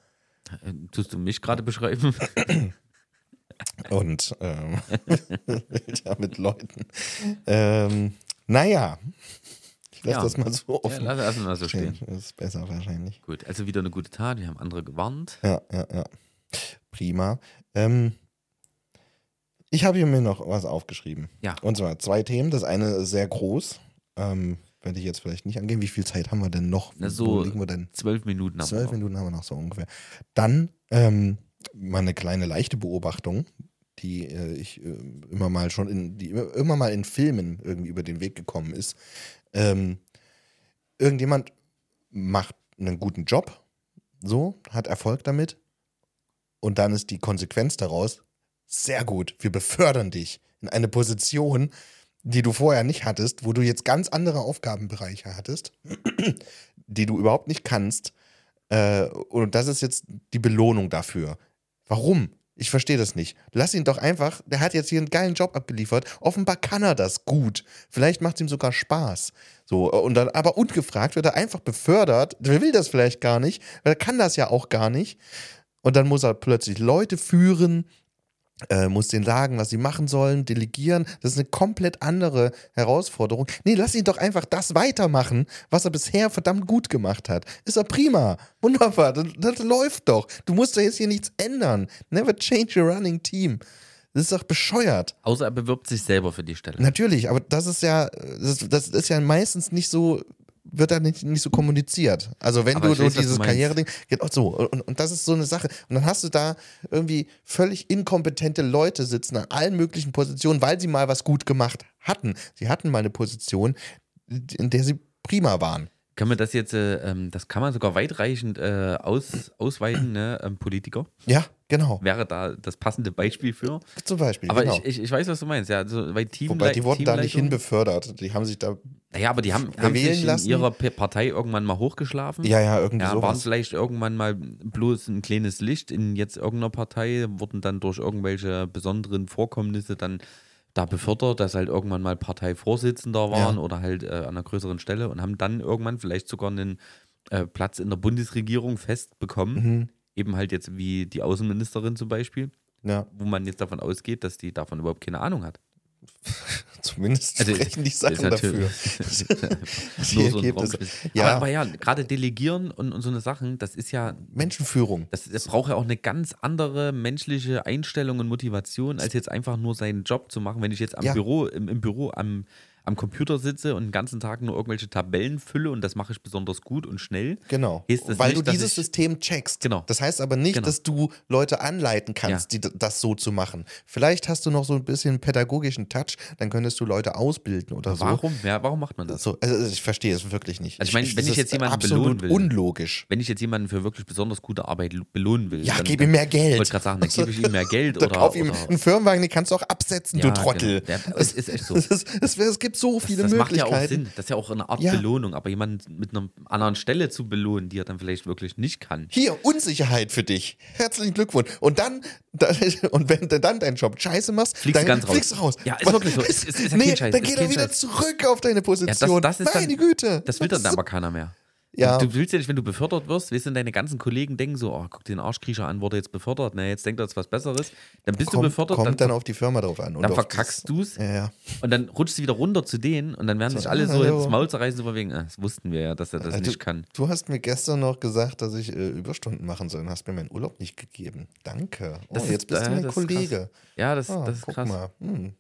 Äh, Tust du mich gerade beschreiben?
Und ähm, ja, mit Leuten. Ähm, naja, ich lasse
Ja.
das mal so
ja,
offen.
lass, lass uns mal so
stehen.
stehen.
Das ist besser wahrscheinlich.
Gut, also wieder eine gute Tat. Wir haben andere gewarnt.
Ja, ja, ja. Prima. Ähm, ich habe hier mir noch was aufgeschrieben.
Ja.
Und zwar zwei Themen. Das eine ist sehr groß. Ähm, werde ich jetzt vielleicht nicht angehen. Wie viel Zeit haben wir denn noch?
Na,
Wo
so
liegen wir denn?
Zwölf Minuten haben
Zwölf
wir. noch.
Minuten haben wir noch so ungefähr. Dann ähm, mal eine kleine leichte Beobachtung, die äh, ich äh, immer mal schon in, die immer immer mal in Filmen irgendwie über den Weg gekommen ist. Ähm, irgendjemand macht einen guten Job, so, hat Erfolg damit. Und dann ist die Konsequenz daraus, sehr gut, wir befördern dich in eine Position, die du vorher nicht hattest, wo du jetzt ganz andere Aufgabenbereiche hattest, die du überhaupt nicht kannst. Äh, und das ist jetzt die Belohnung dafür. Warum? Ich verstehe das nicht. Lass ihn doch einfach, der hat jetzt hier einen geilen Job abgeliefert. Offenbar kann er das gut. Vielleicht macht es ihm sogar Spaß. So, äh, und dann, aber ungefragt wird er einfach befördert. Der will das vielleicht gar nicht, weil er kann das ja auch gar nicht. Und dann muss er plötzlich Leute führen, äh, muss denen sagen, was sie machen sollen, delegieren. Das ist eine komplett andere Herausforderung. Nee, lass ihn doch einfach das weitermachen, was er bisher verdammt gut gemacht hat. Ist doch prima. Wunderbar. Das, das läuft doch. Du musst doch jetzt hier nichts ändern. Never change your running team. Das ist doch bescheuert.
Außer er bewirbt sich selber für die Stelle.
Natürlich, aber das ist ja, das, das ist ja meistens nicht so, wird da nicht, nicht so kommuniziert. Also wenn
Aber
du
ich
so
weiß, was du
dieses
meinst.
Karriereding, genau so, und, und das ist so eine Sache. Und dann hast du da irgendwie völlig inkompetente Leute sitzen an allen möglichen Positionen, weil sie mal was gut gemacht hatten. Sie hatten mal eine Position, in der sie prima waren.
Kann man das jetzt, äh, ähm, das kann man sogar weitreichend äh, aus, ausweiten, ne? ähm, Politiker.
Ja, genau.
Wäre da das passende Beispiel für.
Zum Beispiel.
Aber
genau.
ich, äh, ich, ich weiß, was du meinst. Ja, also, weil Team
Wobei die wurden da nicht hin befördert. Die haben sich da.
Naja, aber die haben, haben
wählen
sich
lassen.
in ihrer P- Partei irgendwann mal hochgeschlafen.
Ja, ja, irgendwie
Ja, waren
sowas.
vielleicht irgendwann mal bloß ein kleines Licht in jetzt irgendeiner Partei, wurden dann durch irgendwelche besonderen Vorkommnisse dann da befördert, dass halt irgendwann mal Parteivorsitzender waren
Ja.
oder halt äh, an einer größeren Stelle und haben dann irgendwann vielleicht sogar einen äh, Platz in der Bundesregierung festbekommen.
Mhm.
Eben halt jetzt wie die Außenministerin zum Beispiel,
Ja,
wo man jetzt davon ausgeht, dass die davon überhaupt keine Ahnung hat.
zumindest
Also,
sprechen die
ist
Sachen dafür.
natürlich-
die
Nur so ein
Ergebnisse.
Raumspiel.
Ja.
Aber, aber ja, gerade delegieren und, und so eine Sachen, das ist ja
Menschenführung.
Das, das braucht ja auch eine ganz andere menschliche Einstellung und Motivation, als jetzt einfach nur seinen Job zu machen. Wenn ich jetzt am
Ja.
Büro, im, im Büro am, am Computer sitze und den ganzen Tag nur irgendwelche Tabellen fülle und das mache ich besonders gut und schnell.
Genau.
Heißt das
Weil
nicht,
du
dass
dieses
ich-
System checkst.
Genau.
Das heißt aber nicht,
Genau.
dass du Leute anleiten kannst, die d- das so zu machen. Vielleicht hast du noch so ein bisschen pädagogischen Touch, dann könntest du Leute ausbilden oder so.
Warum? Ja, warum macht man das?
So, also ich verstehe es wirklich nicht.
Also ich meine, wenn
das
ich jetzt
ist
jemanden
absolut
belohnen will-
unlogisch.
Wenn ich jetzt jemanden für wirklich besonders gute Arbeit lo- belohnen will,
Ja,
dann,
gib ihm mehr
Ich
Geld.
wollte gerade sagen, dann gebe ich ihm mehr Geld
Dann
oder.
kauf ihm
oder
einen Firmenwagen, den kannst du auch absetzen,
Ja,
du Trottel.
genau. Ja,
Es-
ist echt so.
Es, ist- es, es gibt so viele
das macht ja
Möglichkeiten.
auch Sinn. Das ist ja auch eine Art
Ja.
Belohnung, aber jemanden mit einer anderen Stelle zu belohnen, die er dann vielleicht wirklich nicht kann.
Hier, Unsicherheit für dich. Herzlichen Glückwunsch. Und dann, da, und wenn du dann deinen Job scheiße machst,
Fliegst
dann
du ganz raus.
fliegst du raus.
Ja, ist
Was-
wirklich so. Ist- ist- ist ja
nee,
kein Scheiß.
dann
Ist
geht er
kein
wieder
Scheiz.
zurück auf deine
Ja, das,
Position.
das ist
Meine
dann,
Güte.
Das will dann aber keiner mehr.
Ja.
Du willst ja nicht, wenn du befördert wirst, wirst du deine ganzen Kollegen denken so, oh, guck den Arschkriecher an, wurde jetzt befördert, na, jetzt denkt er jetzt was Besseres. Dann bist
kommt,
du befördert,
kommt
dann,
dann, auf die Firma drauf an. und
dann
auf
verkackst du es
das- Ja, ja.
und dann rutschst du wieder runter zu denen und dann werden sich alle so
hallo.
ins Maul zerreißen, so von wegen, ah, das wussten wir ja, dass er das
Äh,
nicht kann.
Du hast mir gestern noch gesagt, dass ich äh, Überstunden machen soll und hast mir meinen Urlaub nicht gegeben. Danke. Oh,
Das ist-
jetzt bist
äh,
du mein
das ist krass.
Kollege.
Ja, das,
Ah,
das ist
guck
krass.
mal. Hm.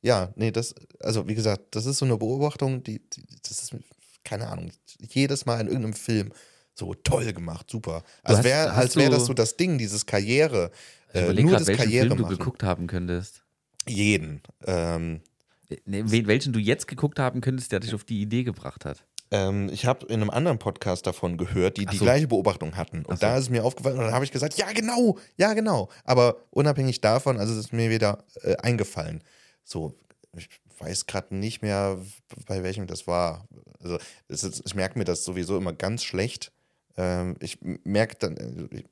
Ja, nee, das, also wie gesagt, das ist so eine Beobachtung, die, die das ist, keine Ahnung, jedes Mal in irgendeinem Film so toll gemacht, super. Als
hast-
wäre
hast
als wär
du-
das so das Ding, dieses Karriere,
Ich
äh,
überlege
nur
gerade,
das
welchen
Karriere
Film du
machen.
geguckt haben könntest.
Jeden. Ähm,
Äh, Nee, wel- welchen du jetzt geguckt haben könntest, der dich auf die Idee gebracht hat.
ähm, ich habe in einem anderen Podcast davon gehört, die
Ach
die
so.
gleiche Beobachtung hatten.
Ach
Und
so.
da ist es mir aufgefallen und dann habe ich gesagt, ja genau, ja genau. Aber unabhängig davon, also es ist mir wieder äh, eingefallen. So, ich weiß gerade nicht mehr, bei welchem das war. Also es ist, ich merke mir das sowieso immer ganz schlecht. Ähm, ich merke dann, äh, ich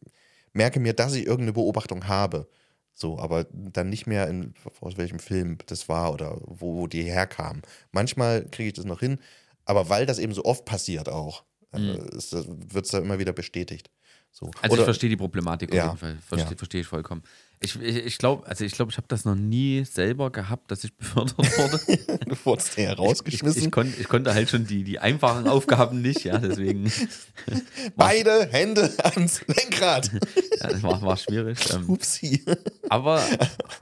merke mir, dass ich irgendeine Beobachtung habe. So, aber dann nicht mehr in, aus welchem Film das war oder wo, wo die herkam. Manchmal kriege ich das noch hin, aber weil das eben so oft passiert auch,
Mhm.
wird es äh, da immer wieder bestätigt. So.
Also ich
oder,
verstehe die Problematik
Ja,
auf jeden Fall. Verstehe
ja.
verstehe ich vollkommen. Ich, ich, ich glaube, also ich glaube, ich habe das noch nie selber gehabt, dass ich befördert wurde.
du wurdest ja
ich, ich,
rausgeschmissen.
konnt, ich konnte halt schon die, die einfachen Aufgaben nicht, ja, deswegen
Beide Hände ans Lenkrad.
ja, das war, war schwierig. Ähm,
Upsi.
aber,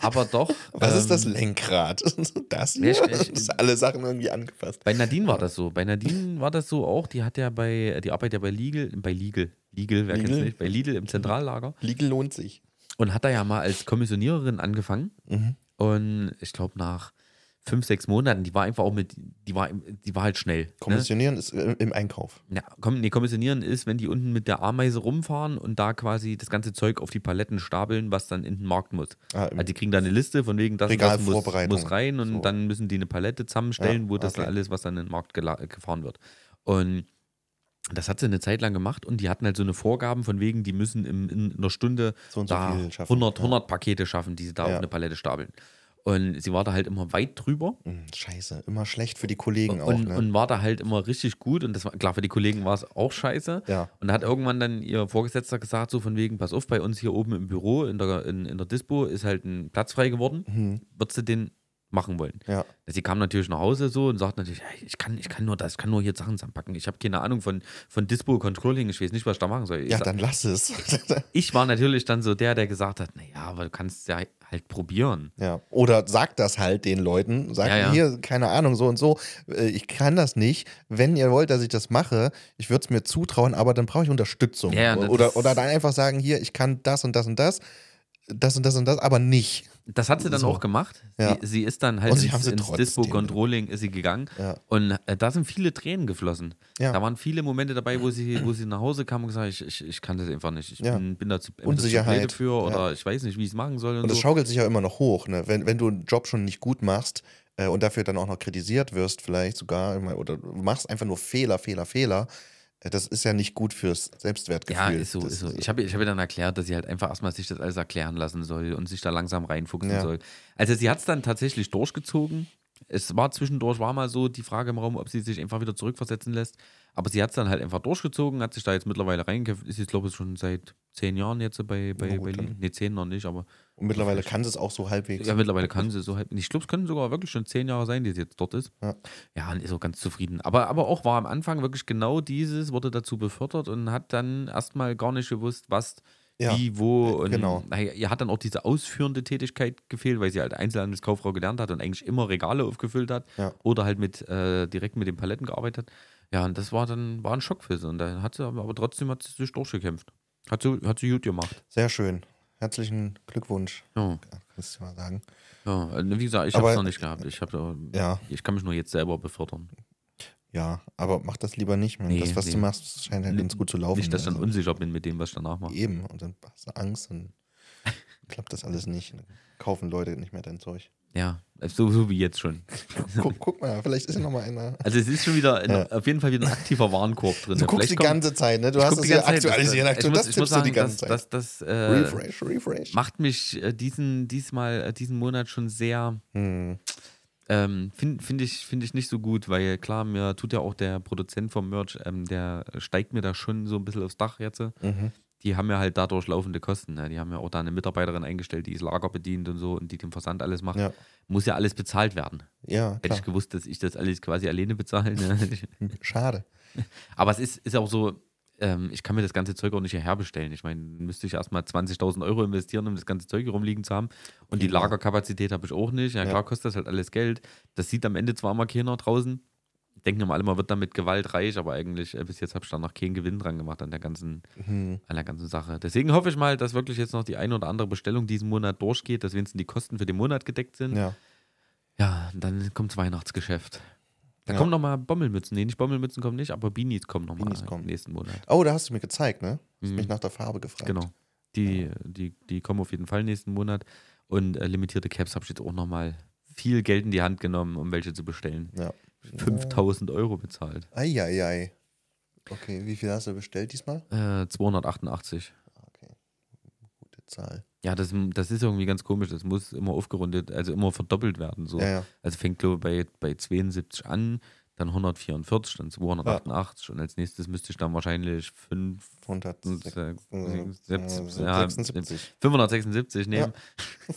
aber doch.
Was ist das
ähm,
Lenkrad? Das
Ja,
hier?
ich- ich-
Das sind alle Sachen irgendwie angepasst.
Bei Nadine war das so. Bei Nadine war das so auch. Die hat ja bei, die arbeitet ja bei Legal, bei Legal, Legal, wer kennt's
Legal?
nicht, bei Lidl im Zentrallager
Legal lohnt sich.
und hat da ja mal als Kommissioniererin angefangen. Und ich glaube, nach fünf, sechs Monaten, die war einfach auch mit, die war, die war halt schnell. Ne?
Kommissionieren ist äh, im Einkauf.
Ja, komm, nee, kommissionieren ist, wenn die unten mit der Ameise rumfahren und da quasi das ganze Zeug auf die Paletten stapeln, was dann in den Markt muss.
Ah, im-
Also die kriegen da eine Liste von wegen, das, und das muss,
Regalvorbereitung.
muss rein und
So.
dann müssen die eine Palette zusammenstellen,
Ja,
wo das
okay.
alles, was dann in den Markt gela- gefahren wird. Und das hat sie eine Zeit lang gemacht und die hatten halt so eine Vorgaben von wegen, die müssen im, in einer Stunde
So und so
da
viel schaffen.
100,
Ja.
100 Pakete schaffen, die sie da
Ja.
auf eine Palette stapeln. Und sie war da halt immer weit drüber.
Mm, Scheiße, immer schlecht für die Kollegen auch.
Und,
Ne?
und war da halt immer richtig gut und das war klar für die Kollegen war es auch scheiße.
Ja.
Und da hat irgendwann dann ihr Vorgesetzter gesagt, so von wegen, pass auf, bei uns hier oben im Büro, in der, in, in der Dispo, ist halt ein Platz frei geworden. Würdest du den machen wollen?
Hm, ja.
Sie kam natürlich nach Hause so und sagt natürlich, "Ey, ich kann, ich kann nur das, ich kann nur hier Sachen zusammenpacken. Ich habe keine Ahnung von, von Dispo Controlling, ich weiß nicht, was ich da machen soll. Ich,
ja,
sa-
dann lass es.
ich war natürlich dann so der, der gesagt hat, naja, aber du kannst es ja halt probieren.
ja. Oder sag das halt den Leuten. Sag
Ja, ja.
hier, keine Ahnung, so und so. Äh, Ich kann das nicht. Wenn ihr wollt, dass ich das mache, ich würde es mir zutrauen, aber dann brauche ich Unterstützung.
Ja, ja, das
oder,
ist-
oder dann einfach sagen, hier, ich kann das und das und das. das und das und das, aber nicht.
Das hat sie dann
So.
auch gemacht.
Ja.
Sie, sie ist dann halt
Und sie
ins,
haben sie
ins
trotzdem.
Dispo Controlling ist sie gegangen
Ja.
und äh, da sind viele Tränen geflossen.
Ja.
Da waren viele Momente dabei, wo sie, wo sie nach Hause kam und gesagt hat, ich, ich, ich kann das einfach nicht. Ich
Ja.
bin, bin da zu entweder
Unsicherheit.
zu blöde für oder
Ja.
ich weiß nicht, wie ich es machen soll. Und,
Und das
so.
schaukelt sich ja immer noch hoch, ne? Wenn, wenn du einen Job schon nicht gut machst äh, und dafür dann auch noch kritisiert wirst, vielleicht sogar, ich mein, oder du machst einfach nur Fehler, Fehler, Fehler, äh, das ist ja nicht gut fürs Selbstwertgefühl.
Ja, ist so,
das,
ist so. Ich habe ich hab ihr dann erklärt, dass sie halt einfach erstmal sich das alles erklären lassen soll und sich da langsam reinfuchsen
Ja.
soll. Also sie hat es dann tatsächlich durchgezogen. Es war zwischendurch, war mal so die Frage im Raum, ob sie sich einfach wieder zurückversetzen lässt. Aber sie hat es dann halt einfach durchgezogen, hat sich da jetzt mittlerweile reingekämpft. Ist jetzt, glaube ich, schon seit zehn Jahren jetzt bei,
Na
bei,
gut,
bei
dann.
Lee. Nee, zehn noch nicht, aber
und mittlerweile kann es auch so halbwegs.
ja, mittlerweile kann sie so halt. Ich glaube, es können sogar wirklich schon zehn Jahre sein, die sie jetzt dort ist.
Ja.
Ja, und ist auch ganz zufrieden. Aber, aber auch war am Anfang wirklich genau dieses, wurde dazu befördert und hat dann erstmal gar nicht gewusst, was,
Ja,
wie, wo. Und
genau.
Naja, ihr hat dann auch diese ausführende Tätigkeit gefehlt, weil sie halt Einzelhandelskauffrau gelernt hat und eigentlich immer Regale aufgefüllt hat
Ja.
oder halt mit äh, direkt mit den Paletten gearbeitet hat. Ja, und das war dann war ein Schock für sie. Und dann hat sie aber, aber trotzdem hat sie sich durchgekämpft. Hat sie, hat sie gut gemacht.
Sehr schön. Herzlichen Glückwunsch,
Ja,
kannst du mal sagen.
ja. Und Wie gesagt, ich habe
Aber-
es noch nicht gehabt. Ich, hab, da-
Ja,
ich kann mich nur jetzt selber befördern.
ja, aber mach das lieber nicht. Man.
Nee,
das, was
nee.
du machst, scheint halt
Nee,
ganz gut zu laufen.
Nicht, dass ich dann
Also,
unsicher bin mit dem, was ich danach mache.
Eben, und dann hast du Angst und klappt das alles nicht. Dann kaufen Leute nicht mehr dein Zeug.
Ja, so, so wie jetzt schon.
Guck, guck mal, vielleicht ist ja noch mal einer.
Also es ist schon wieder in,
Ja.
auf jeden Fall wieder ein aktiver Warenkorb drin.
Du guckst die ganze Zeit, ne? Du hast das hier aktualisieren, aktuell, das tippst du die ganze Zeit.
Das, das, das äh,
refresh, refresh.
macht mich äh, diesen, diesmal, äh, diesen Monat schon sehr,
Hm.
ähm, finde find ich, find ich nicht so gut, weil klar, mir tut ja auch der Produzent vom Merch, ähm, der steigt mir da schon so ein bisschen aufs Dach jetzt.
Mhm.
die haben ja halt dadurch laufende Kosten. Ne? Die haben ja auch da eine Mitarbeiterin eingestellt, die das Lager bedient und so und die den Versand alles macht.
Ja.
Muss ja alles bezahlt werden.
Ja,
Hätte
klar. Hm,
ich gewusst, dass ich das alles quasi alleine bezahle. Ne?
Schade.
Aber es ist, ist auch so, ähm, ich kann mir das ganze Zeug auch nicht hierher bestellen. Ich meine, müsste ich erstmal 20.000 Euro investieren, um das ganze Zeug hier rumliegen zu haben. Und die
Ja. genau.
Lagerkapazität habe ich auch nicht. Ja,
Ja.
klar, kostet das halt alles Geld. Das sieht am Ende zwar immer keiner draußen. Denken immer alle, man wird damit gewaltreich, aber eigentlich äh, bis jetzt habe ich da noch keinen Gewinn dran gemacht an der ganzen
Hm.
an der ganzen Sache. Deswegen hoffe ich mal, dass wirklich jetzt noch die eine oder andere Bestellung diesen Monat durchgeht, dass wenigstens die Kosten für den Monat gedeckt sind. Ja,
Hm, Ja.
und dann kommt's Weihnachtsgeschäft. Da
Ja.
kommen nochmal Bommelmützen. Nee, nicht Bommelmützen kommen nicht, aber Beanies kommen nochmal
Beanies
im
kommen.
nächsten Monat.
Oh, da hast du mir gezeigt, ne? Du hast
Mhm.
mich nach der Farbe gefragt.
Genau. Die, die, die kommen auf jeden Fall nächsten Monat. Und äh, limitierte Caps habe ich jetzt auch nochmal viel Geld in die Hand genommen, um welche zu bestellen.
Ja.
5000 Euro bezahlt.
Eieiei. Okay, wie viel hast du bestellt diesmal? Ah,
Äh, 288.
Okay. Gute Zahl.
Ja, das, das ist irgendwie ganz komisch. Das muss immer aufgerundet, also immer verdoppelt werden. So.
Ja, ja.
Also fängt, glaube ich, bei, bei 72 an, dann 144, dann 288 und als nächstes müsste ich dann wahrscheinlich 5,
176.
6,
äh,
70, ja,
76.
576 nehmen.
Oh,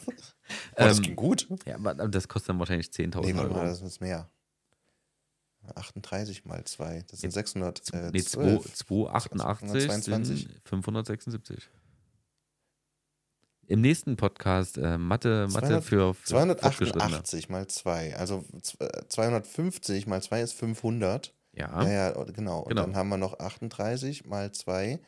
das
Ähm,
ging gut.
Ja, aber das kostet dann wahrscheinlich 10.000
Nee, warte mal,
Euro.
das ist mehr. 38 mal 2, das sind
Jetzt-
600. Äh,
Nee, 2,
12.
288
622.
sind 576. Im nächsten Podcast äh, Mathe, Mathe
200
für, für Fortgeschrittene.
288 mal 2, also z- äh, 250 mal 2 ist 500.
Ja.
Ja, ja, oder- genau. Und
Genau.
dann haben wir noch 38 mal 2,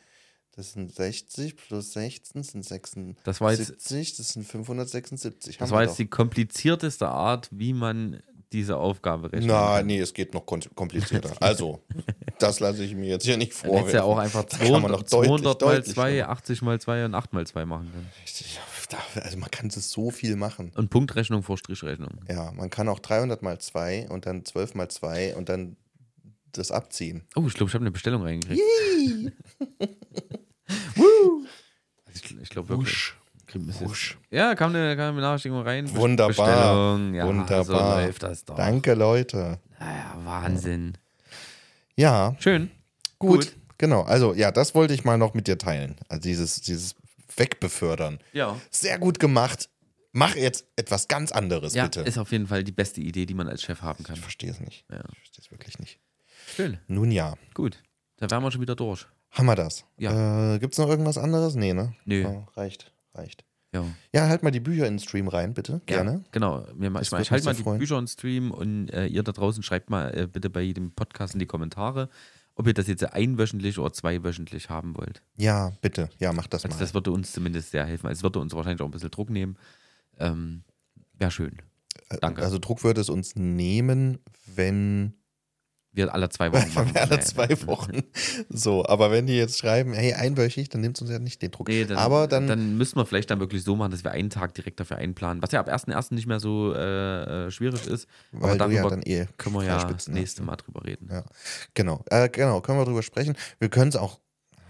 das sind 60 plus 16 sind 76,
Das war jetzt-
das sind 576.
Das
Haben
war
wir
jetzt die komplizierteste Art, wie man diese Aufgabe
doch.
rechnet.
Na, nee, es geht noch kon- komplizierter. Also, das lasse ich mir jetzt hier nicht
Dann hättest
vorreden.
du ja auch einfach
Da kann man
200,
noch
200 mal
deutlich,
2,
deutlich
80 mal 2 und 8 mal 2 machen können.
Ich- da- Also man kann es so viel machen.
Und Punktrechnung vor Strichrechnung.
Ja, man kann auch 300 mal 2 und dann 12 mal 2 und dann das abziehen.
Oh, ich glaube, ich habe eine Bestellung reingekriegt. Also Ich, ich glaube wirklich.
Wusch.
kriegen wir es jetzt.
Wusch.
Ja, kam eine, kam eine Benachrichtigung rein. Be-
Wunderbar.
Bestellung. Ja,
Wunderbar.
So läuft das doch.
Danke, Leute.
Naja, Wahnsinn.
Ja,
Schön.
gut.
Gut.
Genau, also ja, das wollte ich mal noch mit dir teilen. Also dieses, dieses Wegbefördern.
Ja.
Sehr gut gemacht. Mach jetzt etwas ganz anderes,
Ja,
bitte.
ist auf jeden Fall die beste Idee, die man als Chef haben kann.
ich verstehe es nicht.
Ja.
Ich verstehe es wirklich nicht.
Schön.
Nun ja,
Gut. Da wären wir schon wieder durch.
haben wir das.
Ja.
Äh, Gibt es noch irgendwas anderes? Nee, ne?
Nö.
Oh, reicht, reicht.
Ja.
Ja, halt mal die Bücher in den Stream rein, bitte. Gerne.
Ja, genau. Wir, ma-
Das
ich meine,
würde
ich halte
mich
mal
sehr
die
freuen.
Bücher und Stream und äh, ihr da draußen schreibt mal äh, bitte bei jedem Podcast in die Kommentare, ob ihr das jetzt einwöchentlich oder zweiwöchentlich haben wollt.
Ja, bitte. Ja, mach das
Also
mal.
das würde uns zumindest sehr helfen. Also es würde uns wahrscheinlich auch ein bisschen Druck nehmen. Ähm, Wäre schön.
Äh,
danke.
Also Druck würde es uns nehmen, wenn
Wir alle zwei Wochen machen.
alle zwei Wochen. So, aber wenn die jetzt schreiben, hey, einwöchig, dann nimmt es uns ja nicht den Druck.
Nee, dann,
aber dann,
dann müssen wir vielleicht dann wirklich so machen, dass wir einen Tag direkt dafür einplanen, was ja ab 1.1. nicht mehr so äh, äh, schwierig ist.
weil
aber
du ja
darüber
dann eh
Können wir ja das
Freispitzen, ne?
nächste Mal drüber reden.
Ja. Genau, äh, genau, können wir drüber sprechen. Wir können es auch,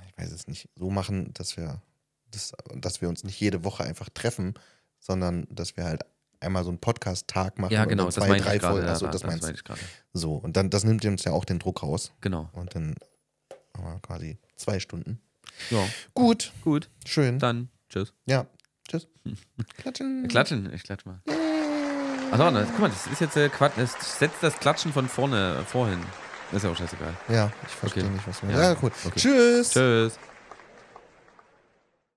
ich weiß es nicht, so machen, dass wir, dass, dass wir uns nicht jede Woche einfach treffen, sondern dass wir halt einmal so einen Podcast-Tag machen.
Ja, genau,
und
das
dann
meine ich gerade.
Folgen.
ja,
Achso,
da-
das,
das
meinst
meine
du.
ich gerade.
So, und dann, das nimmt uns ja auch den Druck raus.
Genau.
Und dann haben wir quasi zwei Stunden.
Ja,
Gut,
gut.
schön.
Dann tschüss.
Ja, tschüss. Klatschen.
Wir klatschen, ich klatsch mal. Achso, na, guck mal, das ist jetzt äh, Quatsch. Es setzt das Klatschen von vorne äh, vorhin. Ist ja auch scheißegal.
Ja, ich verstehe
Okay.
nicht, was du
Ja,
meinst. Ja, cool.
okay.
Tschüss.
Tschüss.